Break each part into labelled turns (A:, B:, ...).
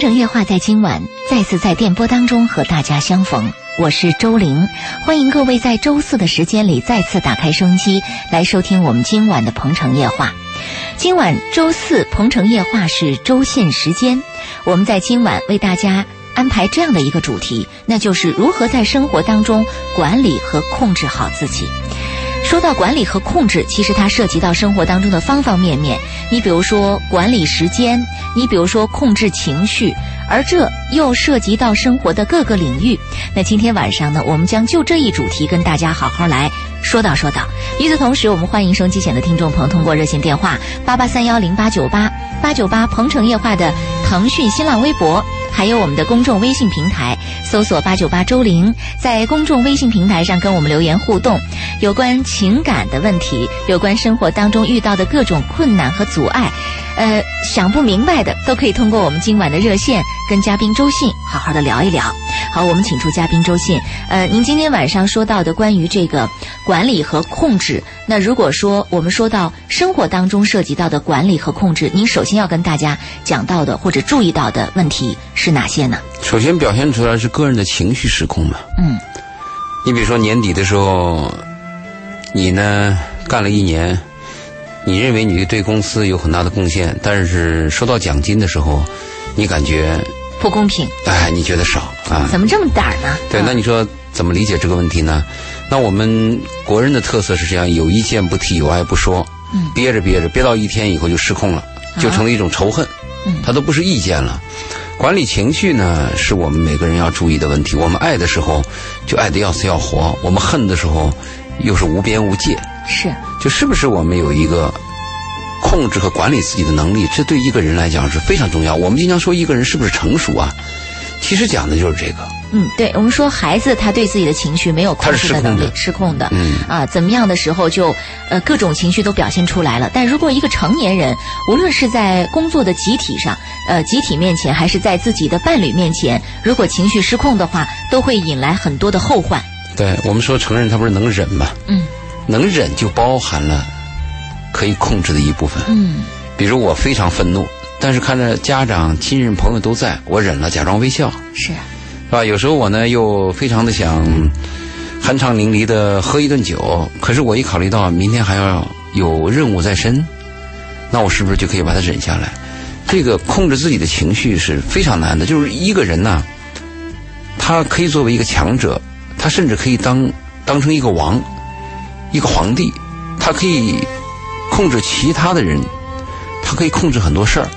A: 城夜话在今晚再次在电波当中和大家相逢，我是周玲，欢迎各位在周四的时间里再次打开收音机来收听我们今晚的《鹏城夜话》。今晚周四《鹏城夜话》是周线时间，我们在今晚为大家安排这样的一个主题，那就是如何在生活当中管理和控制好自己。说到管理和控制，其实它涉及到生活当中的方方面面。你比如说管理时间，你比如说控制情绪，而这又涉及到生活的各个领域。那今天晚上呢，我们将就这一主题跟大家好好来说道说道。与此同时，我们欢迎收机前的听众朋友通过热线电话八八三幺零八九八八九八鹏城夜话的腾讯、新浪微博。还有我们的公众微信平台，搜索“八九八周玲”，在公众微信平台上跟我们留言互动，有关情感的问题，有关生活当中遇到的各种困难和阻碍，呃，想不明白的都可以通过我们今晚的热线跟嘉宾周信好好的聊一聊。好，我们请出嘉宾周信。呃，您今天晚上说到的关于这个管理和控制，那如果说我们说到生活当中涉及到的管理和控制，您首先要跟大家讲到的或者注意到的问题。是哪些呢？
B: 首先表现出来是个人的情绪失控嘛。
A: 嗯，
B: 你比如说年底的时候，你呢干了一年，你认为你对公司有很大的贡献，但是收到奖金的时候，你感觉
A: 不公平，
B: 哎，你觉得少啊？
A: 怎么这么胆儿呢？
B: 对，那你说怎么理解这个问题呢？那我们国人的特色是这样：有意见不提，有爱不说，
A: 嗯啊
B: 憋着憋着，憋到一天以后就失控了，就成了一种仇恨，
A: 嗯
B: 它都不是意见了。管理情绪呢，是我们每个人要注意的问题。我们爱的时候就爱得要死要活，我们恨的时候又是无边无界。
A: 啊是，
B: 就是不是我们有一个控制和管理自己的能力，这对一个人来讲是非常重要。我们经常说一个人是不是成熟啊，其实讲的就是这个。
A: 嗯，对，我们说孩子他对自己的情绪没有控制的能力，
B: 他
A: 失控的，
B: 嗯
A: 啊，怎么样的时候就呃各种情绪都表现出来了。但如果一个成年人，无论是在工作的集体上，呃集体面前，还是在自己的伴侣面前，如果情绪失控的话，都会引来很多的后患。
B: 对我们说成人他不是能忍吗？
A: 嗯
B: 能忍就包含了可以控制的一部分。
A: 嗯
B: 比如我非常愤怒，但是看着家长、亲人、朋友都在，我忍了，假装微笑，
A: 是，啊
B: 是吧？有时候我呢又非常的想酣畅淋漓的喝一顿酒，可是我一考虑到明天还要有任务在身，那我是不是就可以把它忍下来？这个控制自己的情绪是非常难的，就是一个人呐、他可以作为一个强者，他甚至可以当当成一个王，一个皇帝，他可以控制其他的人，他可以控制很多事儿，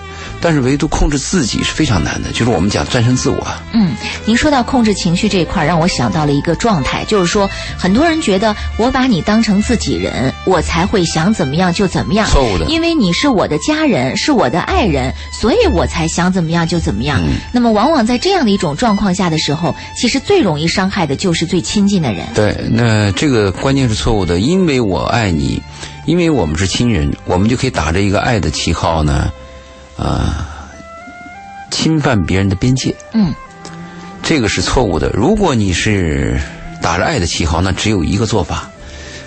B: 但是唯独控制自己是非常难的，就是我们讲战胜自我啊。
A: 嗯，您说到控制情绪这一块儿，让我想到了一个状态，就是说，很多人觉得我把你当成自己人，我才会想怎么样就怎么样。
B: 错误的
A: 因为你是我的家人，是我的爱人，所以我才想怎么样就怎么样。
B: 嗯
A: 那么，往往在这样的一种状况下的时候，其实最容易伤害的就是最亲近的人。
B: 对，那这个观念是错误的，因为我爱你，因为我们是亲人，我们就可以打着一个爱的旗号呢，啊、侵犯别人的边界，
A: 嗯，
B: 这个是错误的。如果你是打着爱的旗号，那只有一个做法，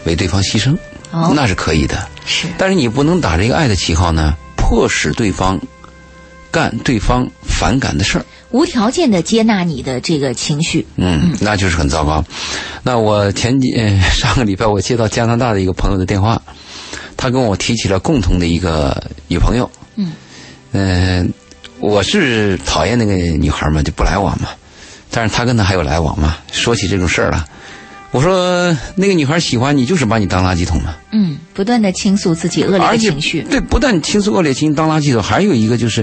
B: 为对方牺牲，
A: 哦
B: 那是可以的。
A: 是，
B: 但是你不能打着一个爱的旗号呢，迫使对方干对方反感的事儿。
A: 无条件的接纳你的这个情绪。
B: 嗯，那就是很糟糕。那我前几、呃、 上个礼拜我接到加拿大的一个朋友的电话，他跟我提起了共同的一个女朋友。
A: 嗯，
B: 嗯、我是讨厌那个女孩嘛，就不来往嘛。但是他跟她还有来往嘛。说起这种事儿了，我说那个女孩喜欢你，就是把你当垃圾桶嘛。
A: 嗯，不断的倾诉自己恶劣
B: 而
A: 的
B: 且
A: 情绪。
B: 对，不但倾诉恶劣情绪当垃圾桶，还有一个就是，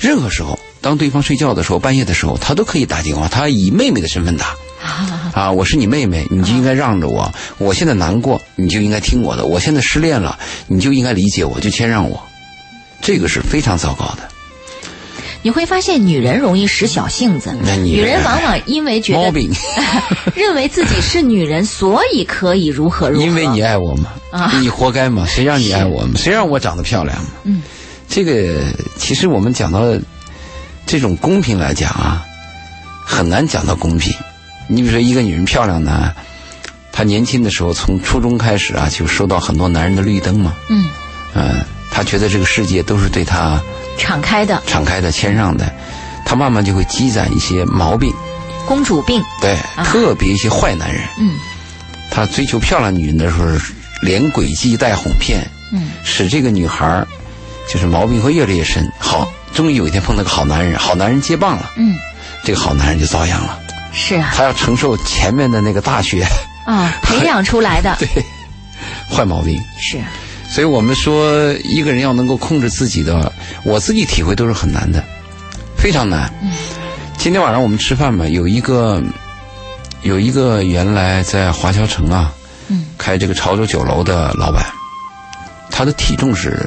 B: 任何时候，当对方睡觉的时候，半夜的时候，他都可以打电话，他以妹妹的身份打。
A: 啊，
B: 啊，我是你妹妹，你就应该让着我。我现在难过，你就应该听我的。我现在失恋了，你就应该理解我，就谦让我。这个是非常糟糕的。
A: 你会发现女人容易使小性子，
B: 那你
A: 女人往往因为觉
B: 毛
A: 得哎
B: 病，
A: 认为自己是女人，所以可以如何如何。
B: 因为你爱我嘛，
A: 啊
B: 你活该嘛，谁让你爱我嘛，谁让我长得漂亮嘛。
A: 嗯，
B: 这个其实我们讲到这种公平来讲啊，很难讲到公平。你比如说，一个女人漂亮呢，她年轻的时候从初中开始啊，就受到很多男人的绿灯嘛。呃
A: 嗯，
B: 嗯，他觉得这个世界都是对他
A: 敞开的，
B: 敞开的、谦让的。他慢慢就会积攒一些毛病，
A: 公主病，
B: 对，
A: 啊
B: 特别一些坏男人，
A: 嗯
B: 他追求漂亮女人的时候，连诡计带哄骗，
A: 嗯
B: 使这个女孩儿就是毛病会越来越深。好，终于有一天碰到个好男人，好男人接棒了，
A: 嗯，
B: 这个好男人就遭殃了，
A: 是啊
B: 他要承受前面的那个大学
A: 啊，培养出来的
B: 对坏毛病。
A: 是
B: 所以我们说，一个人要能够控制自己的，我自己体会都是很难的，非常难。今天晚上我们吃饭吧，有一个有一个原来在华侨城啊，
A: 嗯
B: 开这个潮州酒楼的老板，他的体重是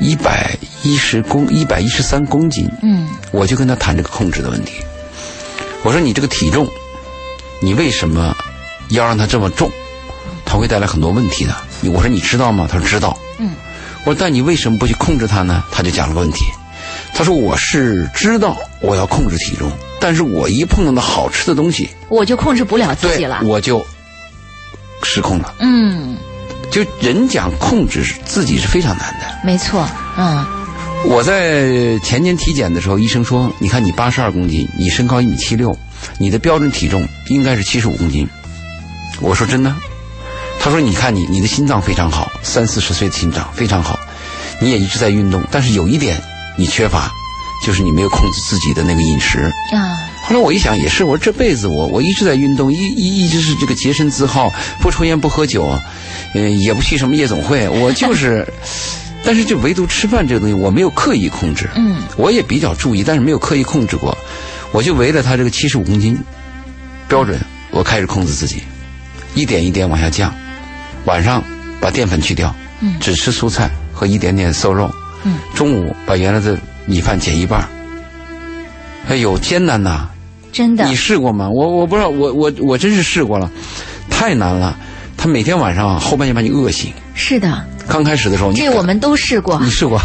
B: 一百一十公一百一十三公斤，
A: 嗯
B: 我就跟他谈这个控制的问题。我说你这个体重，你为什么要让它这么重？它会带来很多问题的。你我说你知道吗？他说知道。
A: 嗯
B: 我说但你为什么不去控制它呢？他就讲了个问题。他说我是知道我要控制体重，但是我一碰到那好吃的东西，
A: 我就控制不了自己
B: 对
A: 了，
B: 我就失控了。
A: 嗯，
B: 就人讲控制自己是非常难的。
A: 没错，嗯
B: 我在前年体检的时候，医生说：“你看你八十二公斤，你身高一米七六，你的标准体重应该是七十五公斤。”我说：“真的？”他说：“你看你，你的心脏非常好，三四十岁的心脏非常好，你也一直在运动，但是有一点你缺乏，就是你没有控制自己的那个饮食。”
A: 啊
B: 后来我一想也是，我说这辈子我我一直在运动，一一一直是这个洁身自好，不抽烟不喝酒，嗯、也不去什么夜总会，我就是， 但是就唯独吃饭这个东西，我没有刻意控制，
A: 嗯，
B: 我也比较注意，但是没有刻意控制过，我就围着他这个七十五公斤标准，我开始控制自己，一点一点往下降，晚上把淀粉去掉，
A: 嗯
B: 只吃蔬菜和一点点瘦肉，
A: 嗯，
B: 中午把原来的米饭减一半儿，哎呦，艰难呐、
A: 真的
B: 你试过吗？我我不知道，我我我真是试过了，太难了。他每天晚上啊后半夜把你饿醒。
A: 是的，
B: 刚开始的时候，你
A: 这我们都试过
B: 你，试过，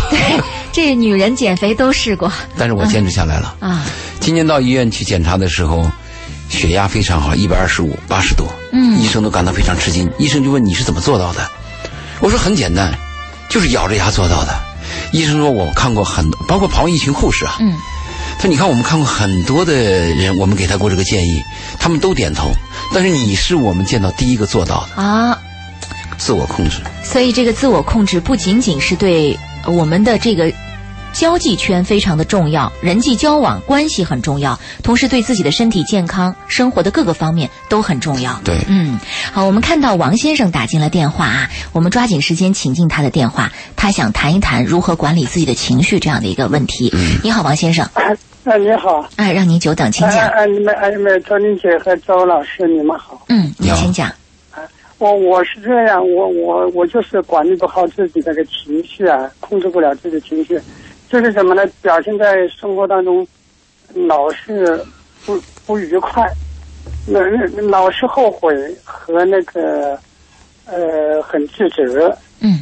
A: 这女人减肥都试过
B: 但是我坚持下来了。
A: 啊，
B: 今年到医院去检查的时候，血压非常好，一百二十五，八十多。
A: 嗯
B: 医生都感到非常吃惊。医生就问你是怎么做到的？我说很简单，就是咬着牙做到的。医生说我看过很多，包括旁边一群护士啊，
A: 嗯
B: 他说：“你看，我们看过很多的人，我们给他过这个建议，他们都点头。但是你是我们见到第一个做到的，
A: 啊，
B: 自我控制。
A: 所以这个自我控制不仅仅是对我们的这个交际圈非常的重要，人际交往关系很重要，同时对自己的身体健康、生活的各个方面都很重要。
B: 对
A: 嗯，好，我们看到王先生打进了电话啊，我们抓紧时间请进他的电话，他想谈一谈如何管理自己的情绪这样的一个问题。你好，王先生，
C: 哎，哎，你好，
A: 哎，让您久等，请
C: 哎
A: 讲。
C: 哎，你们哎，你们周玲姐和周老师，你们好。
A: 嗯，
B: 你
A: 您
B: 好
A: 请讲。
C: 我我是这样，我我我就是管理不好自己这个情绪啊，控制不了自己情绪，就是怎么呢？表现在生活当中，老是不不愉快，那那老是后悔和那个呃很自责。
A: 嗯，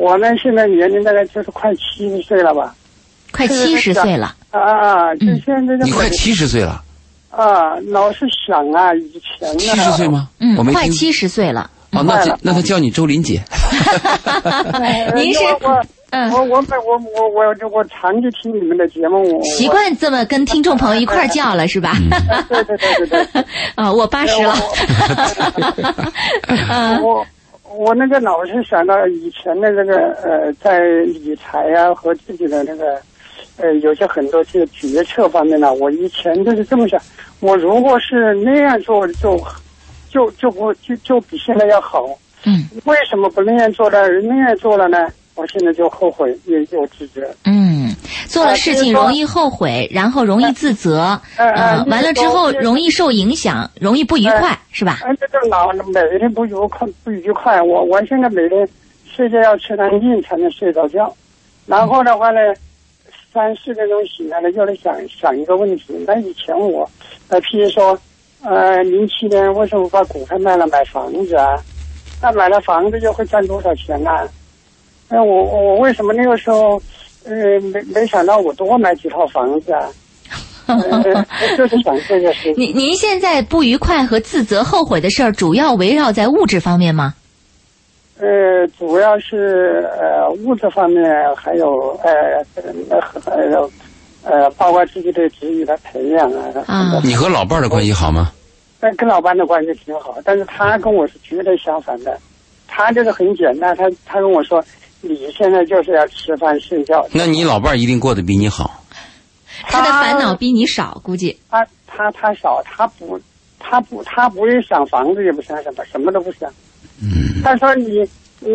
C: 我呢，现在年龄大概就是快七十岁了吧？
A: 快七十岁了，
C: 啊啊，啊！就
A: 嗯
C: 现在这
B: 你快
C: 个
B: 七十岁了，
C: 啊，老是想啊，以前
B: 七
C: 啊，
B: 十岁吗？
A: 嗯
B: 我，没
A: 快
B: 听。
A: 七十岁了。
B: 哦，那
C: 快
B: 就
C: 了
B: 那他叫你周林姐。
C: 呃
A: 您是
C: 我我
A: 嗯
C: 我我每我我我我我长期听你们的节目，我
A: 习。惯这么跟听众朋友一块儿叫了是吧？
C: 我对对对对对，
A: 啊，我八十了。嗯
C: 我我那个老是想到以前的这个呃，在理财呀、和自己的那个呃，有些很多这个决策方面呢，我以前就是这么想，我如果是那样做就就就不就就比现在要好。
A: 嗯
C: 为什么不那样做呢？那样做了呢，我现在就后悔，也有自责。
A: 嗯，做了事情容易后悔，然后容易自责，
C: 嗯嗯
A: 呃，
C: 嗯
A: 完了之后
C: 就是
A: 容易受影响，容易不愉快，是吧？
C: 哎，这个老每天不愉快不愉快，我我现在每天睡觉要吃点硬才能睡着觉，然后的话呢，三四点钟醒来了，就得想想一个问题。那以前我，呃，譬如说，呃，零七年为什么把股票卖了买房子啊？那买了房子又会赚多少钱呢、那我我为什么那个时候，呃，没没想到我多买几套房子啊？呃、 就是想这个事情。
A: 您您现在不愉快和自责、后悔的事儿，主要围绕在物质方面吗？
C: 呃，主要是呃物质方面，还有呃呃呃呃，包括自己的职业的培养啊。
A: 啊
B: 你和老伴儿的关系好吗？
C: 但跟老班的关系挺好，但是他跟我是绝对相反的，他就是很简单，他他跟我说，你现在就是要吃饭睡觉。
B: 那你老伴儿一定过得比你好。
C: 他
D: 他的烦
C: 啊
D: 恼比你少，估计
C: 他他他少，他不他不他不是想房子也不想什么，什么都不想。
B: 嗯，
C: 他说你你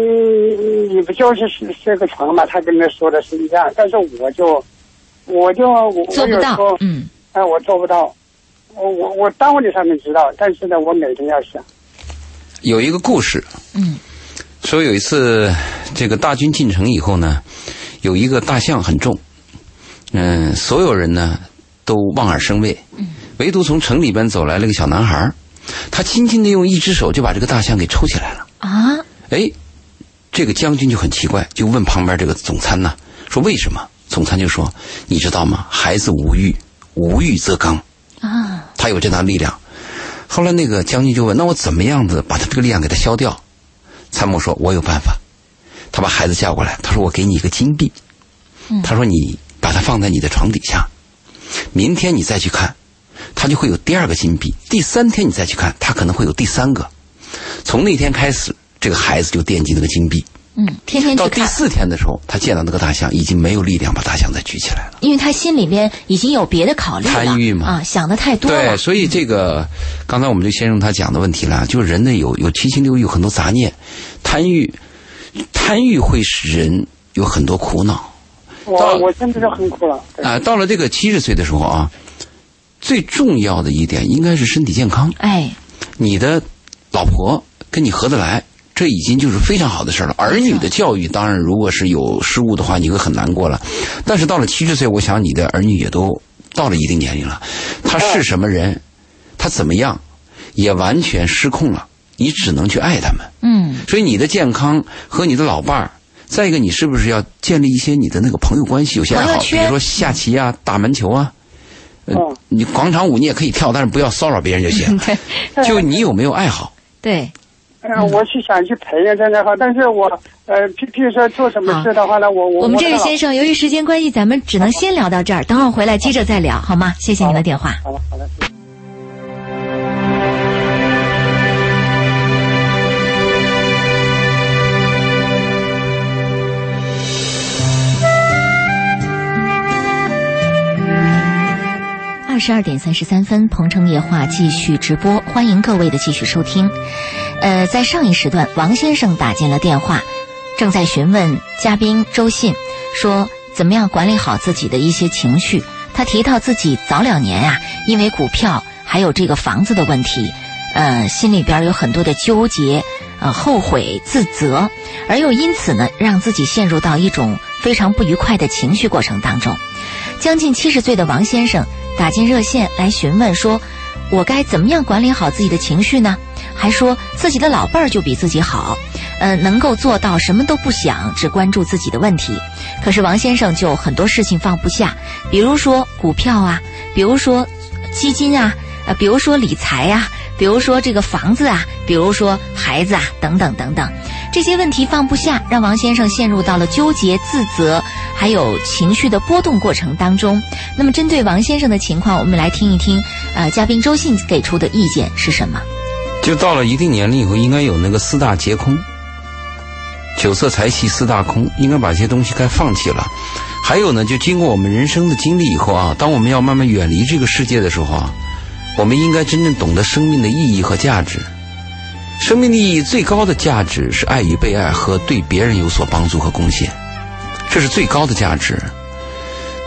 C: 你不就是睡睡个床嘛？他跟他说的是一样，但是我就我就我
A: 做
C: 我
A: 不
C: 有时
A: 到
C: 候，
A: 嗯，
C: 哎，我做不到，我我我道理上面知道，但是呢，我每天要想。
B: 有一个故事，
A: 嗯，
B: 说有一次这个大军进城以后呢，有一个大象很重，嗯、所有人呢都望而生畏，唯独从城里边走来了个小男孩儿，他轻轻的用一只手就把这个大象给抽起来了。
A: 啊，
B: 哎，这个将军就很奇怪，就问旁边这个总参呐，说为什么？总参就说：“你知道吗？孩子无欲，无欲则刚。”
A: 啊，
B: 他有这大力量。后来那个将军就问：“那我怎么样子把他这个力量给他消掉？”参谋说：“我有办法。”他把孩子叫过来，他说：“我给你一个金币，他说你把它放在你的床底下，明天你再去看，它就会有第二个金币。第三天你再去看，它可能会有第三个。从那天开始，这个孩子就惦记那个金币。
A: 嗯，天天
B: 到
A: 去
B: 第
A: 看，
B: 四天的时候，他见到那个大象已经没有力量把大象再举起来了。
A: 因为他心里边已经有别的考虑了，
B: 贪欲嘛
A: 啊，想的太多了
B: 对，，所以这个刚才我们这先生他讲的问题了，就是人呢有有七情六欲，有很多杂念，贪欲，贪欲会使人有很多苦恼到
C: 我我现在就很苦了。对
B: 啊、到了这个七十岁的时候啊，最重要的一点应该是身体健康，
A: 哎，
B: 你的老婆跟你合得来。这已经就是非常好的事儿了。儿女的教育，当然如果是有失误的话，你会很难过了。但是到了七十岁，我想你的儿女也都到了一定年龄了，他是什么人，他怎么样，也完全失控了。你只能去爱他们。
A: 嗯，
B: 所以你的健康和你的老伴儿，再一个你是不是要建立一些你的那个朋友关系，有些爱
A: 朋
B: 好，
A: 友
B: 比
A: 圈
B: 如说下棋啊、打门球啊，呃
C: 嗯
B: 你广场舞你也可以跳，但是不要骚扰别人就行。
A: 嗯对
B: 就你有没有爱好？
A: 对，
C: 呃，我是想去培养这样的话，但是我呃，譬譬如说做什么事的话呢，我我
A: 啊我们这位
C: 不知道
A: 先生，由于时间关系，咱们只能先聊到这儿，等会儿回来接着再聊，好吗？谢谢您的电话。
C: 好了好了。谢谢
A: 二十二点三十三分，鹏城夜话继续直播，欢迎各位的继续收听。呃，在上一时段，王先生打进了电话，正在询问嘉宾周信说怎么样管理好自己的一些情绪。他提到自己早两年啊，因为股票还有这个房子的问题，呃，心里边有很多的纠结、呃后悔、自责，而又因此呢，让自己陷入到一种非常不愉快的情绪过程当中。将近七十岁的王先生打进热线来询问说：“我该怎么样管理好自己的情绪呢？”还说自己的老伴儿就比自己好，呃，能够做到什么都不想，只关注自己的问题。可是王先生就很多事情放不下，比如说股票啊，比如说基金啊，呃，比如说理财呀、比如说这个房子啊，比如说孩子啊，等等等等，这些问题放不下，让王先生陷入到了纠结、自责，还有情绪的波动过程当中。那么，针对王先生的情况，我们来听一听，呃，嘉宾周信给出的意见是什么？
B: 就到了一定年龄以后，应该有那个四大皆空，酒色财气四大空，应该把这些东西该放弃了。还有呢，就经过我们人生的经历以后啊，当我们要慢慢远离这个世界的时候啊，我们应该真正懂得生命的意义和价值。生命的意义最高的价值是爱与被爱和对别人有所帮助和贡献，这是最高的价值。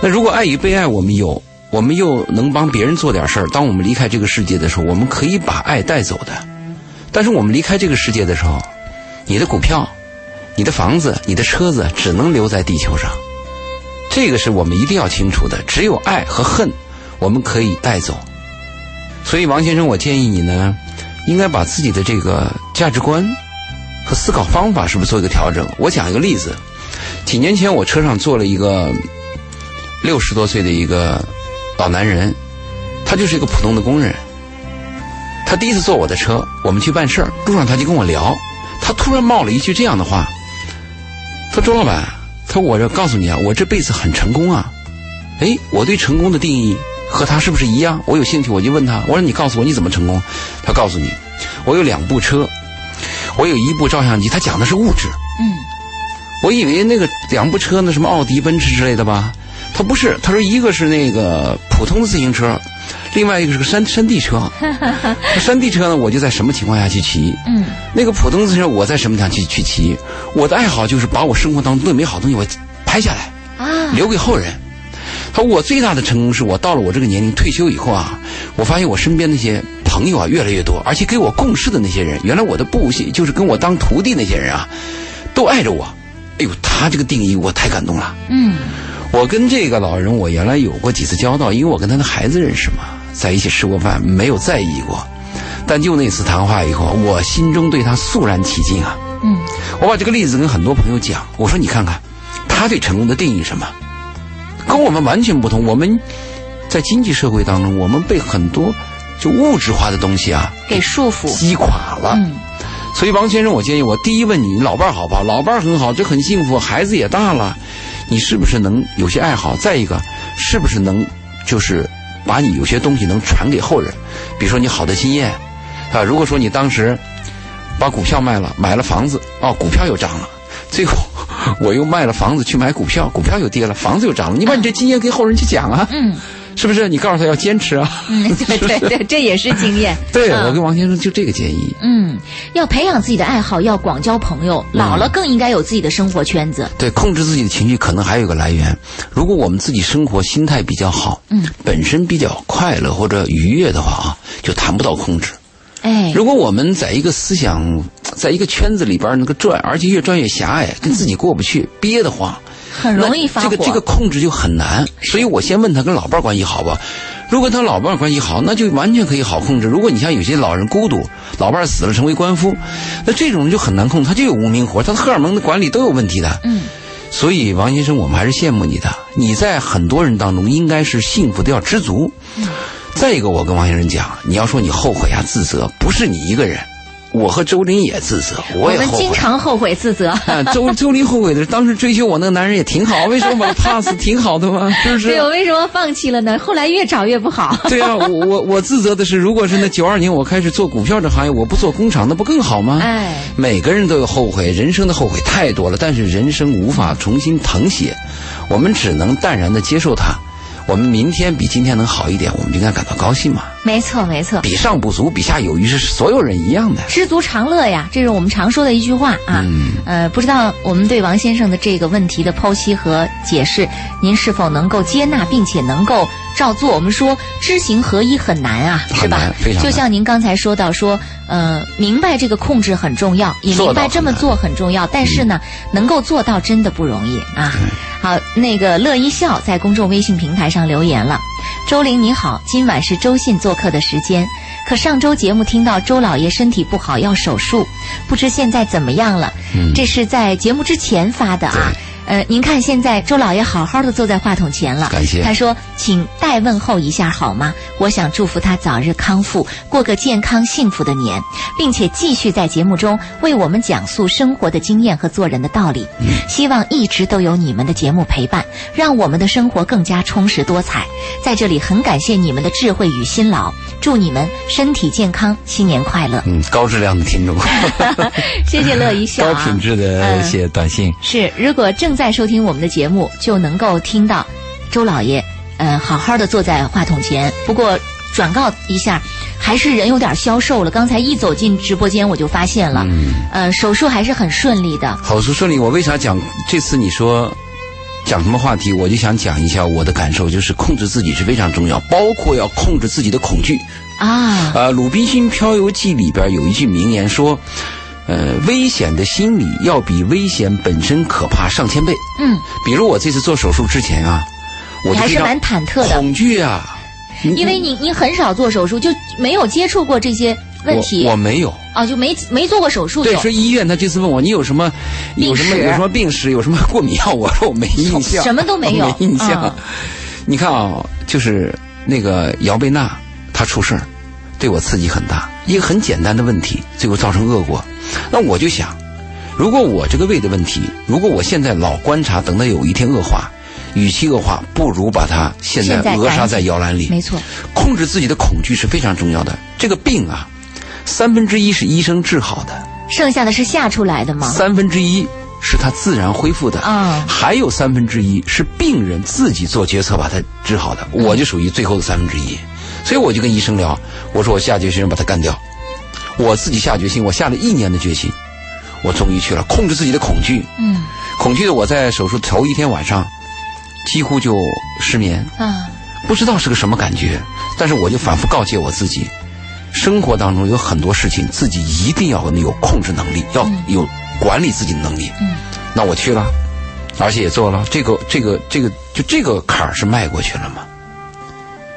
B: 那如果爱与被爱我们有，我们又能帮别人做点事儿，当我们离开这个世界的时候，我们可以把爱带走的。但是我们离开这个世界的时候，你的股票、你的房子、你的车子只能留在地球上，这个是我们一定要清楚的。只有爱和恨，我们可以带走。所以，王先生，我建议你呢，应该把自己的这个价值观和思考方法是不是做一个调整？我讲一个例子，几年前我车上坐了一个六十多岁的一个老男人，他就是一个普通的工人。他第一次坐我的车，我们去办事儿，路上他就跟我聊，他突然冒了一句这样的话：“他说周老板，他说我这告诉你啊，我这辈子很成功啊。”哎，我对成功的定义和他是不是一样？我有兴趣，我就问他，我说你告诉我你怎么成功？他告诉你，我有两部车，我有一部照相机。他讲的是物质，
A: 嗯
B: 我以为那个两部车呢，什么奥迪、奔驰之类的吧？他不是，他说一个是那个普通的自行车，另外一个是个山山地车。那山地车呢，我就在什么情况下去骑？
A: 嗯
B: 那个普通自行车，我在什么情况下去去骑？我的爱好就是把我生活当中的美好东西我拍下来，
A: 啊，
B: 留给后人。他说我最大的成功是我到了我这个年龄退休以后啊，我发现我身边那些朋友啊越来越多，而且给我共事的那些人，原来我的部下就是跟我当徒弟那些人啊，都爱着我。哎呦，他这个定义我太感动了。
A: 嗯
B: 我跟这个老人我原来有过几次交道，因为我跟他的孩子认识嘛，在一起吃过饭，没有在意过。但就那次谈话以后，我心中对他肃然起敬啊。
A: 嗯
B: 我把这个例子跟很多朋友讲，我说你看看，他对成功的定义是什么，跟我们完全不同。我们在经济社会当中，我们被很多就物质化的东西啊
A: 给束缚，
B: 击垮了。
A: 嗯
B: 所以王先生，我建议我第一问你，你老伴儿好不好？老伴儿很好，这很幸福，孩子也大了，你是不是能有些爱好？再一个，是不是能就是把你有些东西能传给后人？比如说你好的经验啊，如果说你当时把股票卖了，买了房子，哦，股票又涨了。最后，我又卖了房子去买股票，股票又跌了，房子又涨了。你把你这经验给后人去讲啊，
A: 嗯
B: 是不是？你告诉他要坚持啊。
A: 嗯，对对对，这也是经 验。
B: 对，
A: 嗯
B: 我跟王先生就这个建议。
A: 嗯，要培养自己的爱好，要广交朋友，老了更应该有自己的生活圈子。
B: 对，控制自己的情绪可能还有一个来源。如果我们自己生活心态比较好，
A: 嗯，
B: 本身比较快乐或者愉悦的话啊，就谈不到控制。
A: 哎，
B: 如果我们在一个思想，在一个圈子里边儿那个转，而且越转越狭隘，跟自己过不去，憋得慌，
A: 很容易发火。
B: 那这个这个控制就很难。所以我先问他跟老伴儿关系好吧。如果他老伴儿关系好，那就完全可以好控制。如果你像有些老人孤独，老伴儿死了成为官夫，那这种人就很难控制，他就有无名火，他的荷尔蒙的管理都有问题的。
A: 嗯，
B: 所以王先生，我们还是羡慕你的。你在很多人当中应该是幸福的，要知足。
A: 嗯
B: 再一个，我跟王先生讲，你要说你后悔啊、自责，不是你一个人，我和周林也自责，我也
A: 们
B: 后悔
A: 经。常后悔自责。
B: 啊，周周林后悔的是，当时追求我那个男人也挺好，为什么把他 pass 挺好 的嘛，是不是
E: 对，？我为什么放弃了呢？后来越找越不好。
B: 对啊，我我我自责的是，如果是那九二年我开始做股票这行业，我不做工厂，那不更好吗？
A: 哎，
B: 每个人都有后悔，人生的后悔太多了，但是人生无法重新誊写，我们只能淡然的接受它。我们明天比今天能好一点，我们就应该感到高兴嘛。
A: 没错没错，
B: 比上不足，比下有余，是所有人一样的。
A: 知足常乐呀，这是我们常说的一句话啊。
B: 嗯
A: 呃，不知道我们对王先生的这个问题的剖析和解释，您是否能够接纳并且能够照做？我们说知行合一很难啊，是
B: 很
A: 吧
B: 难？非常难
A: 就像您刚才说到说，呃，明白这个控制很重要，也
B: 做
A: 明
B: 到
A: 白
B: 很
A: 这么
B: 难嗯
A: 做很重要，但是呢，能够做到真的不容易啊。好，那个乐一笑在公众微信平台上留言了。周玲你好，今晚是周信做客的时间。可上周节目听到周老爷身体不好要手术，不知现在怎么样了？
B: 嗯
A: 这是在节目之前发的啊。呃，您看现在周老爷好好的坐在话筒前了，
B: 感谢
A: 他说：“请代问候一下好吗？我想祝福他早日康复，过个健康幸福的年，并且继续在节目中为我们讲述生活的经验和做人的道理。
B: 嗯
A: 希望一直都有你们的节目陪伴，让我们的生活更加充实多彩。在这里很感谢你们的智慧与辛劳，祝你们身体健康，新年快乐！
B: 嗯，高质量的 听众，
A: 谢谢乐一笑、
B: 高
A: 啊，
B: 品质的写短信。
A: 是，如果正在收听我们的节目，就能够听到周老爷，呃，好好的坐在话筒前。不过转告一下，还是人有点消瘦了。刚才一走进直播间，我就发现了，
B: 嗯
A: 呃，手术还是很顺利的。
B: 好，说顺利。我为啥讲这次你说讲什么话题，我就想讲一下我的感受，就是控制自己是非常重要，包括要控制自己的恐惧。
A: 啊，
B: 呃，《鲁滨逊漂流记》里边有一句名言说：“呃，危险的心理要比危险本身可怕上千倍。
A: 嗯，”
B: 比如我这次做手术之前啊，我
A: 你
B: 就
A: 还
B: 非
A: 是
B: 常
A: 蛮忐忑的，
B: 恐惧啊，
A: 因为你你很少做手术，就没有接触过这些问题
B: 我我没有。
A: 啊，就没没做过手术
B: 对，
A: 就
B: 说医院他这次问我你有什么有什么
A: 病史
B: 有什么病史，有什么过敏药，我说我没印象，
A: 什么都没有
B: 没印象。
A: 嗯
B: 你看啊、就是那个姚贝娜，她出事儿，对我刺激很大，一个很简单的问题，最后造成恶果。那我就想，如果我这个胃的问题，如果我现在老观察，等到有一天恶化，与其恶化，不如把它现在
F: 现在
B: 扼杀
F: 赶
B: 在摇篮里。
F: 没错，
B: 控制自己的恐惧是非常重要的。这个病啊，三分之一是医生治好的，
F: 剩下的是吓出来的嘛。
B: 三分之一是它自然恢复的，
F: 啊
B: 还有三分之一是病人自己做决策把它治好的。我就属于最后的三分之一，所以我就跟医生聊，我说我下决心把它干掉，我自己下决心，我下了一年的决心，我终于去了，控制自己的恐惧，
F: 嗯
B: 恐惧的我在手术头一天晚上几乎就失眠，
F: 啊，
B: 不知道是个什么感觉，但是我就反复告诫我自己，生活当中有很多事情自己一定要有控制能力，要有管理自己的能力。
F: 嗯，
B: 那我去了，而且也做了，这个这个这个就这个坎儿是迈过去了嘛。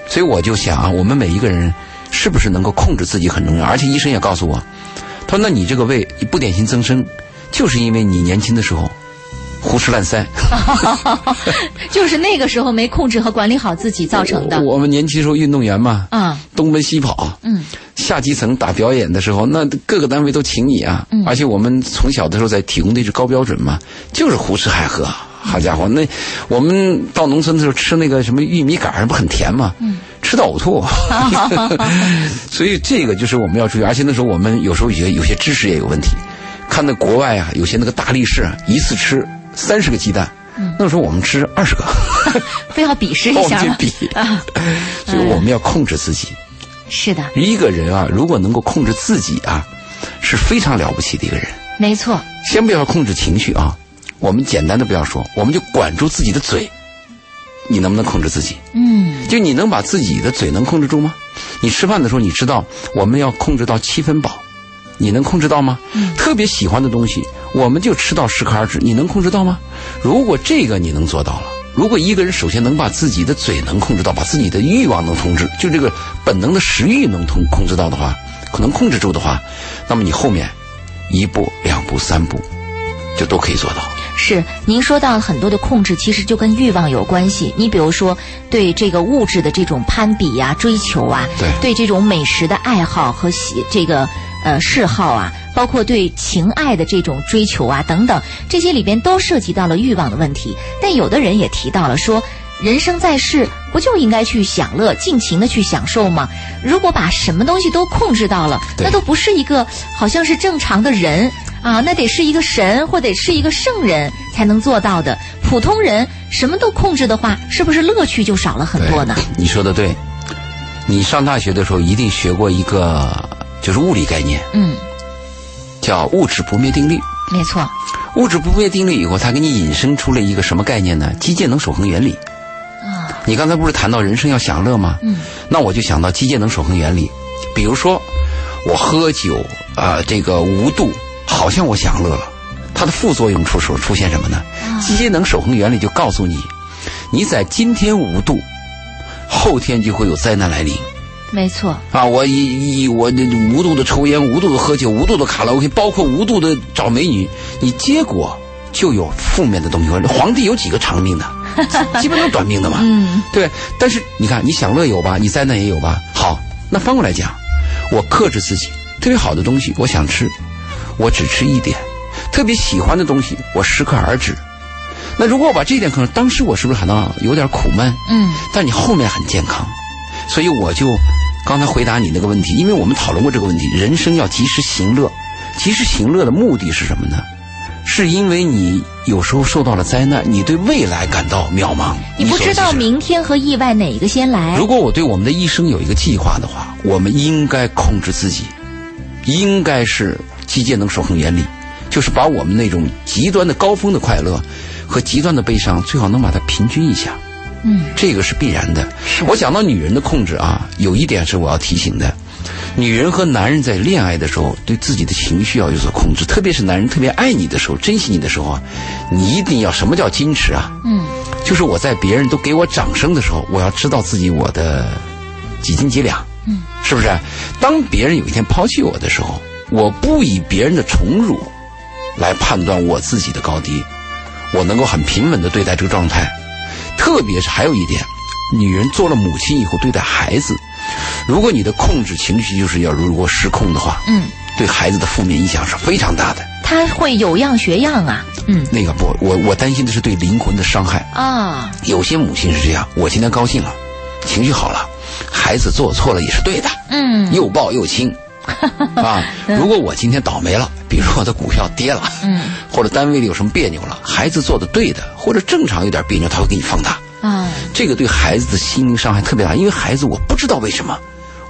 B: 所以我就想啊，我们每一个人是不是能够控制自己很重要，而且医生也告诉我，他说：“那你这个胃不典型增生，就是因为你年轻的时候胡吃乱塞。”
A: 就是那个时候没控制和管理好自己造成的。
B: 我我们年轻时候运动员嘛，
A: 啊，
B: 东奔西跑，
F: 嗯，
B: 下基层打表演的时候，那各个单位都请你啊，而且我们从小的时候在体工队是高标准嘛，就是胡吃海喝，好家伙，那我们到农村的时候吃那个什么玉米杆儿，不很甜吗？嗯，吃到呕吐，所以这个就是我们要注意，而且那时候我们有时候也有些知识也有问题，看那国外啊，有些那个大力士啊，一次吃三十个鸡蛋。那时候我们吃二十个，
F: 非要比试
B: 我
F: 一
B: 们
F: 下
B: 去
F: 吗？啊
B: 比， 所以我们要控制自己。
F: 是的，
B: 一个人啊，如果能够控制自己啊，是非常了不起的一个人。
F: 没错，
B: 先不要控制情绪啊，我们简单的不要说，我们就管住自己的嘴。你能不能控制自己？
F: 嗯
B: 就你能把自己的嘴能控制住吗？你吃饭的时候，你知道我们要控制到七分饱，你能控制到吗？特别喜欢的东西，我们就吃到适可而止，你能控制到吗？如果这个你能做到了，如果一个人首先能把自己的嘴能控制到，把自己的欲望能控制，就这个本能的食欲能控控制到的话，可能控制住的话，那么你后面一步、两步、三步，就都可以做到。
F: 是。您说到很多的控制，其实就跟欲望有关系。你比如说，对这个物质的这种攀比呀、追求啊，
B: 对
F: 对这种美食的爱好和喜这个呃嗜好啊，包括对情爱的这种追求啊等等，这些里边都涉及到了欲望的问题。但有的人也提到了说，人生在世不就应该去享乐、尽情的去享受吗？如果把什么东西都控制到了，
B: 对
F: 那都不是一个好像是正常的人。啊，那得是一个神或得是一个圣人才能做到的。普通人什么都控制的话，是不是乐趣就少了很多呢？
B: 你说的对，你上大学的时候一定学过一个就是物理概念，
F: 嗯，
B: 叫物质不灭定律。
F: 没错。
B: 物质不灭定律以后，它给你引申出了一个什么概念呢？机械能守恒原理。
F: 啊，
B: 你刚才不是谈到人生要享乐吗？
F: 嗯，
B: 那我就想到机械能守恒原理。比如说，我喝酒啊、呃这个无度，好像我享乐了，它的副作用出手出现什么呢？机械能守恒原理就告诉你，你在今天无度，后天就会有灾难来临。
F: 没错，
B: 啊，我一一我这无度的抽烟，无度的喝酒，无度的卡拉 OK，包括无度的找美女，你结果就有负面的东西。皇帝有几个长命的，基基本都是短命的嘛。嗯，对。但是你看，你享乐有吧，你灾难也有吧。好，那翻过来讲，我克制自己，特别好的东西我想吃，我只吃一点；特别喜欢的东西，我适可而止。那如果我把这一点可能，当时我是不是感到有点苦闷？
F: 嗯，
B: 但你后面很健康，所以我就刚才回答你那个问题，因为我们讨论过这个问题，人生要及时行乐，及时行乐的目的是什么呢？是因为你有时候受到了灾难，你对未来感到渺茫，
F: 你不知道
B: 无所事事
F: 明天和意外哪一个先来
B: 如。果我对我们的一生有一个计划的话，我们应该控制自己，应该是机械能守恒原理，就是把我们那种极端的高峰的快乐和极端的悲伤，最好能把它平均一下。
F: 嗯，
B: 这个是必然的。我讲到女人的控制啊，有一点是我要提醒的：女人和男人在恋爱的时候，对自己的情绪要有所控制，特别是男人特别爱你的时候、珍惜你的时候啊，你一定要什么叫矜持啊？
F: 嗯，
B: 就是我在别人都给我掌声的时候，我要知道自己我的几斤几两，嗯，是不是？当别人有一天抛弃我的时候，我不以别人的宠辱来判断我自己的高低，我能够很平稳的对待这个状态。特别是还有一点，女人做了母亲以后对待孩子，如果你的控制情绪就是要如果失控的话，
F: 嗯，
B: 对孩子的负面影响是非常大的。
F: 他会有样学样啊。
A: 嗯
B: 那个不，我我担心的是对灵魂的伤害。
A: 啊，
B: 有些母亲是这样，我今天高兴了，情绪好了，孩子做错了也是对的，
A: 嗯
B: 又抱 又亲。啊，如果我今天倒霉了，比如我的股票跌了，
A: 嗯
B: 或者单位里有什么别扭了，孩子做的对的，或者正常有点别扭，他会给你放大，
A: 啊，
B: 这个对孩子的心灵伤害特别大，因为孩子我不知道为什么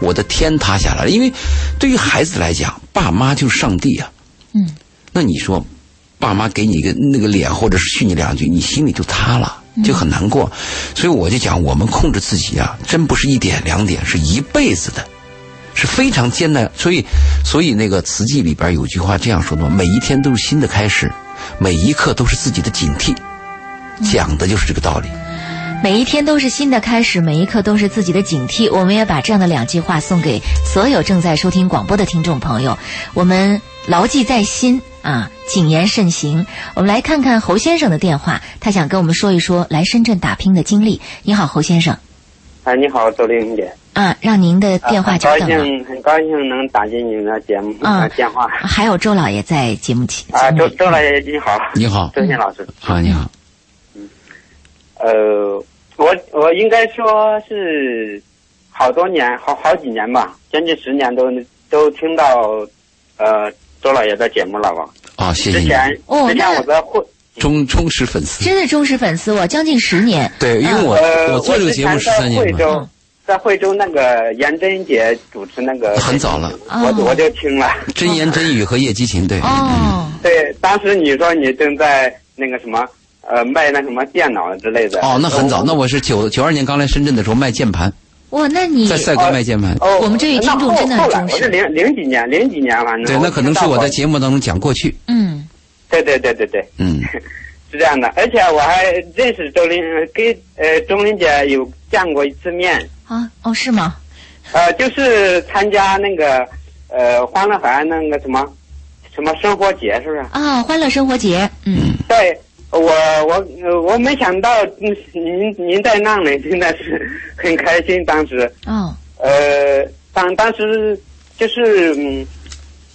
B: 我的天塌下来了，因为对于孩子来讲，爸妈就是上帝啊，
A: 嗯
B: 那你说，爸妈给你一个那个脸，或者是训你两句，你心里就塌了，就很难过。所以我就讲，我们控制自己啊，真不是一点两点，是一辈子的，是非常艰难。所以，所以那个《词记》里边有句话这样说的嘛：每一天都是新的开始，每一刻都是自己的警惕。讲的就是这个道理。
A: 每一天都是新的开始，每一刻都是自己的警惕。我们也把这样的两句话送给所有正在收听广播的听众朋友，我们牢记在心啊，谨言慎行。我们来看看侯先生的电话，他想跟我们说一说来深圳打拼的经历。你好，侯先生
G: 哎，你好，周玲姐。
A: 啊，让您的电话久
G: 啊很高
A: 等了。
G: 兴，很高兴能打进你们的节目、
A: 嗯
G: 呃电话。
A: 还有周老爷在节目期节
G: 啊，
A: 目
G: 周
A: 里
G: 周老爷你好，
B: 你好，
G: 周新老师。
B: 啊，你好，
G: 呃，我我应该说是好多年，好好几年吧，将近十年都都听到呃周老爷的节目了吧？
B: 啊，谢谢
G: 之
B: 你，
G: 前、
A: 哦
G: 之前
A: 那
G: 我的会
B: 忠忠实粉丝。
A: 真是忠实粉丝，我将近十年。
B: 对，因为我、
G: 呃
B: 我做这个节目
G: 之
B: 十
G: 前在
B: 三年
G: 惠
B: 了，
G: 州，在惠州那个杨真姐主持那个
B: 很早了
G: 我
A: 哦
G: 我就听了。
B: 真言真语和叶激情，对，
A: 哦，
G: 对，当时你说你正在那个什么，呃，卖那什么电脑啊之类的。
B: 哦，那很早，那我是九九二年刚来深圳的时候卖键盘，
A: 哇，那你
B: 在赛格卖键盘。
G: 哦，
A: 我们这位听众真的很
G: 那后
A: 忠
G: 后来我
A: 实
G: 是零零几年，零几年反正。
B: 对，那可能是我在
G: 的。
B: 节目当中讲过去。
A: 嗯
G: 对对对对对，
B: 嗯，
G: 是这样的，而且我还认识周林，跟呃钟林姐有见过一次面，
A: 啊哦是吗？
G: 呃，就是参加那个呃欢乐海那个什么什么生活节，是不是？
A: 啊，欢乐生活节，嗯
G: 对，我我呃我没想到嗯您您在那里，真的是很开心，当时。
B: 嗯
A: 哦
G: 呃，当当时就是，嗯，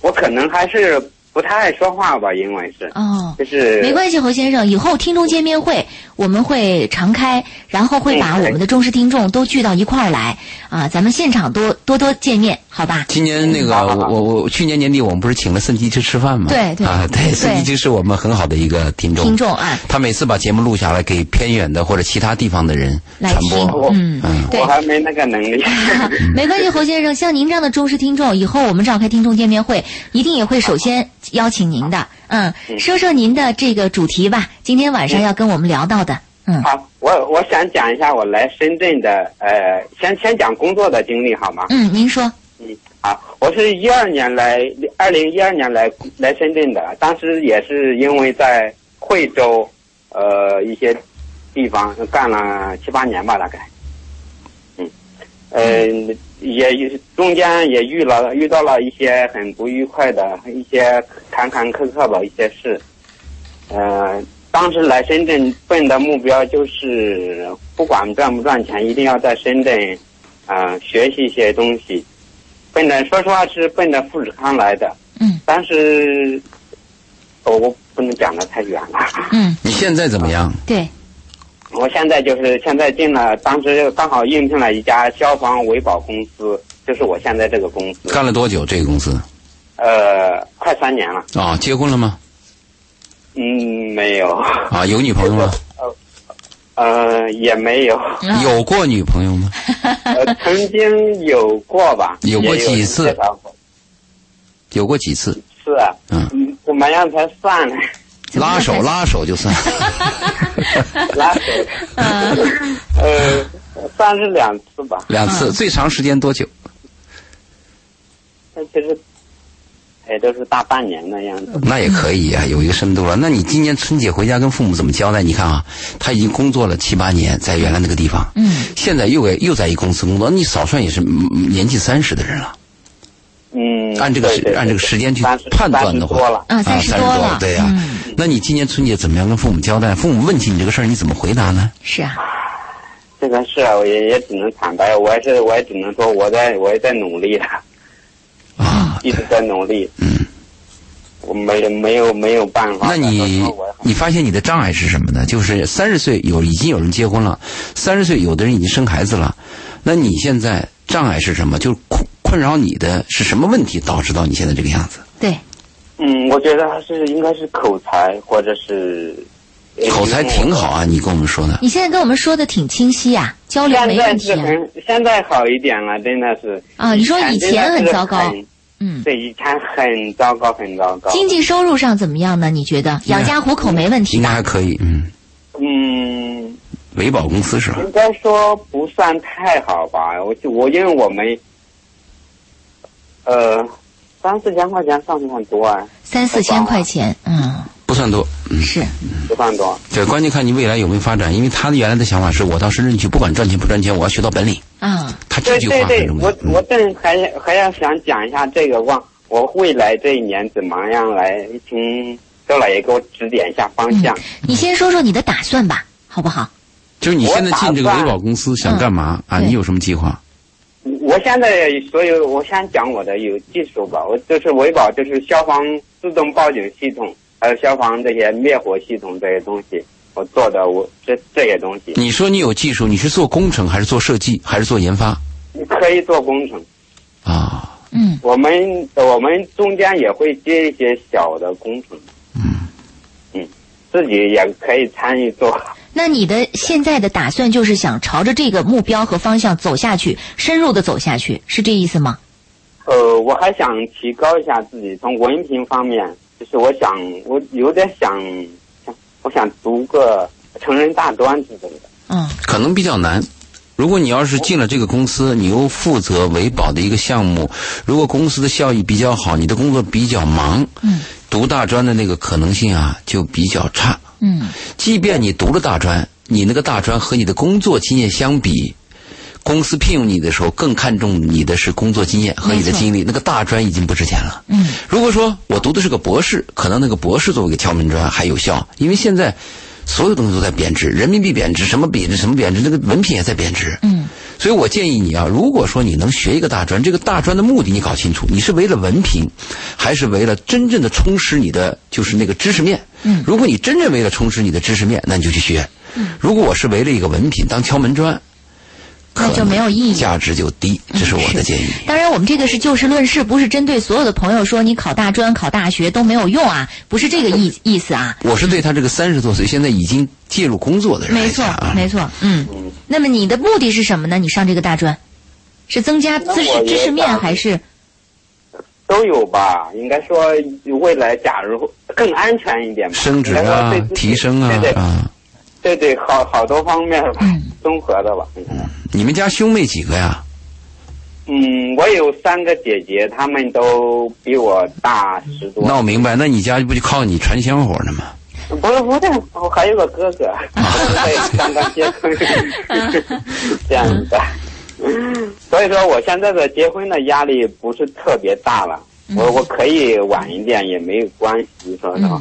G: 我可能还是不太爱说话吧，因为是，
A: 哦，
G: 就是
A: 没关系，侯先生，以后听众见面会我们会常开，然后会把
G: 嗯
A: 我们的忠实听众都聚到一块儿来啊，咱们现场多多多见面，好吧？
B: 今年那个
G: 好好好
B: 我我去年年底我们不是请了孙吉之吃饭吗？
A: 对对
B: 啊，对，
A: 对
B: 孙吉之是我们很好的一个听众。
A: 听众啊，
B: 他每次把节目录下来，给偏远的或者其他地方的人
A: 来
B: 传播。
A: 听，嗯
B: 嗯，
A: 对
G: 我。还没那个 能力。嗯
A: 没关系，侯先生，像您这样的忠实听众，以后我们召开听众见面会，一定也会首先邀请您的。嗯，说说您的这个主题吧，今天晚上要跟我们聊到的。嗯，
G: 好，我我想讲一下我来深圳的，呃，先先讲工作的经历好吗？
A: 嗯，您说，
G: 嗯，啊，我是一二年来，二零一二年来来深圳的，当时也是因为在惠州，呃，一些地方干了七八年吧，大概，嗯，呃，也也中间也遇了遇到了一些很不愉快的一些坎坎坷坷的一些事，呃，当时来深圳奔的目标就是不管赚不赚钱，一定要在深圳，啊、学习一些东西。奔着说实话是奔着富士康来的，
A: 嗯
G: 但是我我不能讲的太远了。
A: 嗯，
B: 你现在怎么样？
A: 对，
G: 我现在就是现在进了，当时刚好应聘了一家消防维保公司，就是我现在这个公司，
B: 干了多久这个公司？
G: 呃，快三年了。
B: 啊，结婚了吗？
G: 嗯，没有，
B: 啊，有女朋友吗？
G: 呃，也没有，
A: 啊
B: 有过女朋友吗？
G: 呃，曾经有过吧，
B: 有过
G: 也
B: 几次
G: 介绍过
B: 有过几次？
G: 是啊，
B: 嗯
G: 嗯，怎么样才 算呢？
A: 怎么
B: 拉
A: 样才
B: 手拉手就算。
G: 拉手，
A: 嗯
G: 呃，算是两次吧。
B: 两次，最长时间多久？
G: 但其实，哎，都是大半年的样
A: 嗯
G: 子。
B: 那也可以啊，有一个深度了。那你今年春节回家跟父母怎么交代？你看啊，他已经工作了七八年，在原来那个地方，
A: 嗯，
B: 现在又给又在一公司工作，你少算也是嗯年近三十的人了。
G: 嗯，
B: 按这个
G: 对
B: 时
G: 对对
B: 按这个时间去
G: 三十
B: 判断的话
G: 三十多了，
A: 啊，三
B: 十
A: 十多了，
B: 对呀、
A: 嗯
B: 那你今年春节怎么样跟父母交代？父母问起你这个事儿，你怎么回答呢？
A: 是啊，
G: 这个事啊，我也也只能坦白，我也是，我也只能说，我在我也在努力了，
B: 啊，
G: 一直在努力。
B: 嗯，
G: 我没没有没有办法。
B: 那你
G: 说实话我
B: 你发现你的障碍是什么呢？就是三十岁有已经有人结婚了，三十岁有的人已经生孩子了，那你现在障碍是什么？就是困困扰你的是什么问题导致到你现在这个样子？
A: 对，
G: 嗯，我觉得还是应该是口才或者是呃
B: 口才挺好啊，你跟我们说的。
G: 嗯
A: 你现在跟我们说的挺清晰啊，交流
G: 哎现
A: 没
G: 在
A: 问题
G: 是
A: 啊。
G: 很，现在好一点了，真的是。
A: 啊你说以前很糟糕
G: 以前真的是很
A: 嗯，
G: 对，以前很糟糕，很糟糕。
A: 经济收入上怎么样呢？你觉得养家糊口没问题
B: 应该
A: 吧？
B: 还可以，嗯，
G: 嗯，
B: 维保公司是吧？
G: 应该说不算太好吧。我就我因为我们，呃，三四千块钱算不算多啊？
A: 三四千块钱，嗯，
B: 不算多，嗯，
A: 是
G: 不算多。
B: 对，关键看你未来有没有发展。因为他的原来的想法是我到深圳去，不管赚钱不赚钱，我要学到本领。
A: 啊，
B: 他这
G: 对
B: 句话很嗯
G: 对对，
B: 重要
G: 我。我正还还要想讲一下这个望，我未来这一年怎么样来听周老爷给我指点一下方向。
A: 你先说说你的打算吧，好不好？
B: 就是你现在进这个
G: 我打
B: 维
G: 算嗯
B: 保公司想干嘛啊？
A: 对
B: 你有什么计划？嗯
G: 我现在所有，我先讲我的有技术吧。我就是维保，就是消防自动报警系统，还有消防这些灭火系统这些东西，我做的我这这些东西，
B: 你说你有技术，你是做工程还是做设计还是做研发
G: 可以做工程。
B: 啊？
A: 嗯，
G: 我们我们中间也会接一些小的工程，
B: 嗯，
G: 嗯，自己也可以参与做。
A: 那你的现在的打算就是想朝着这个目标和方向走下去，深入的走下去，是这意思吗？
G: 呃，我还想提高一下自己，从文凭方面，就是我想，我有点想，想我想读个成人大专之类的。
A: 嗯，
B: 可能比较难。如果你要是进了这个公司，你又负责维保的一个项目，如果公司的效益比较好，你的工作比较忙，
A: 嗯，
B: 读大专的那个可能性啊就比较差。
A: 嗯，
B: 即便你读了大专，你那个大专和你的工作经验相比，公司聘用你的时候更看重你的是工作经验和你的
A: 没错
B: 经历，那个大专已经不值钱了。
A: 嗯，
B: 如果说我读的是个博士，可能那个博士作为一个敲门砖还有效，因为现在所有东西都在贬值，人民币贬值，什么贬值，什么贬值，那个文凭也在贬值。
A: 嗯，
B: 所以我建议你啊，如果说你能学一个大专，这个大专的目的你搞清楚，你是为了文凭，还是为了真正的充实你的就是那个知识面？
A: 嗯
B: 如果你真正为了充实你的知识面，那你就去学。嗯，如果我是为了一个文凭当敲门砖，
A: 那就没有意义嗯
B: 可能价值就低，这是我的建议。
A: 当然，我们这个是就事论事，不是针对所有的朋友说你考大专、考大学都没有用啊，不是这个意意思啊。
B: 我是对他这个三十多岁现在已经介入工作的人来
A: 没错
B: 讲
G: 哎
B: 啊，，
A: 没错，嗯。那么你的目的是什么呢？你上这个大专，是增加
G: 那
A: 知
G: 我
A: 识
G: 也
A: 知识面，
G: 想
A: 还是
G: 都有吧，应该说未来假如更安全一点吧，
B: 升职
G: 应该说
B: 啊
G: 对自，己
B: 提升啊嗯
G: 对对
B: 啊！
G: 对对，好好多方面吧，综合的吧。
B: 你们家兄妹几个呀？
G: 嗯，我有三个姐姐，她们都比我大十多，
B: 闹明白，那你家不就靠你传香火呢吗？
G: 不是不是，我还有个哥哥，对，刚刚结婚， 这样子的。所以说，我现在的结婚的压力不是特别大了，我我可以晚一点也没有关系，说实话。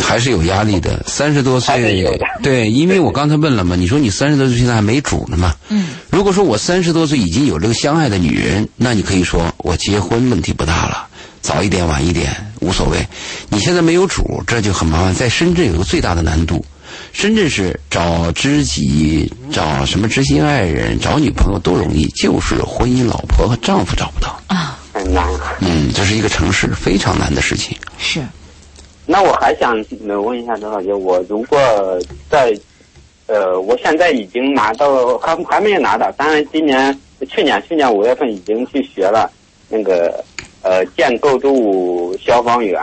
B: 还是有压力的，三十多
G: 还是有
B: 岁
G: 的，
B: 对，因为我刚才问了嘛，你说你三十多岁现在还没主呢嘛？
A: 嗯，
B: 如果说我三十多岁已经有这个相爱的女人，那你可以说我结婚问题不大了，早一点晚一点无所谓。你现在没有主，这就很麻烦。在深圳有个最大的难度，深圳是找知己、找什么知心爱人、找女朋友都容易，就是婚姻、老婆和丈夫找不到。
A: 啊？
G: 很难。
B: 嗯，这是一个城市非常难的事情。
A: 是
G: 那我还想呃问一下周老师，我如果在，呃，我现在已经拿到，还还没有拿到，当然今年、去年、去年五月份已经去学了那个，呃，建构筑消防员，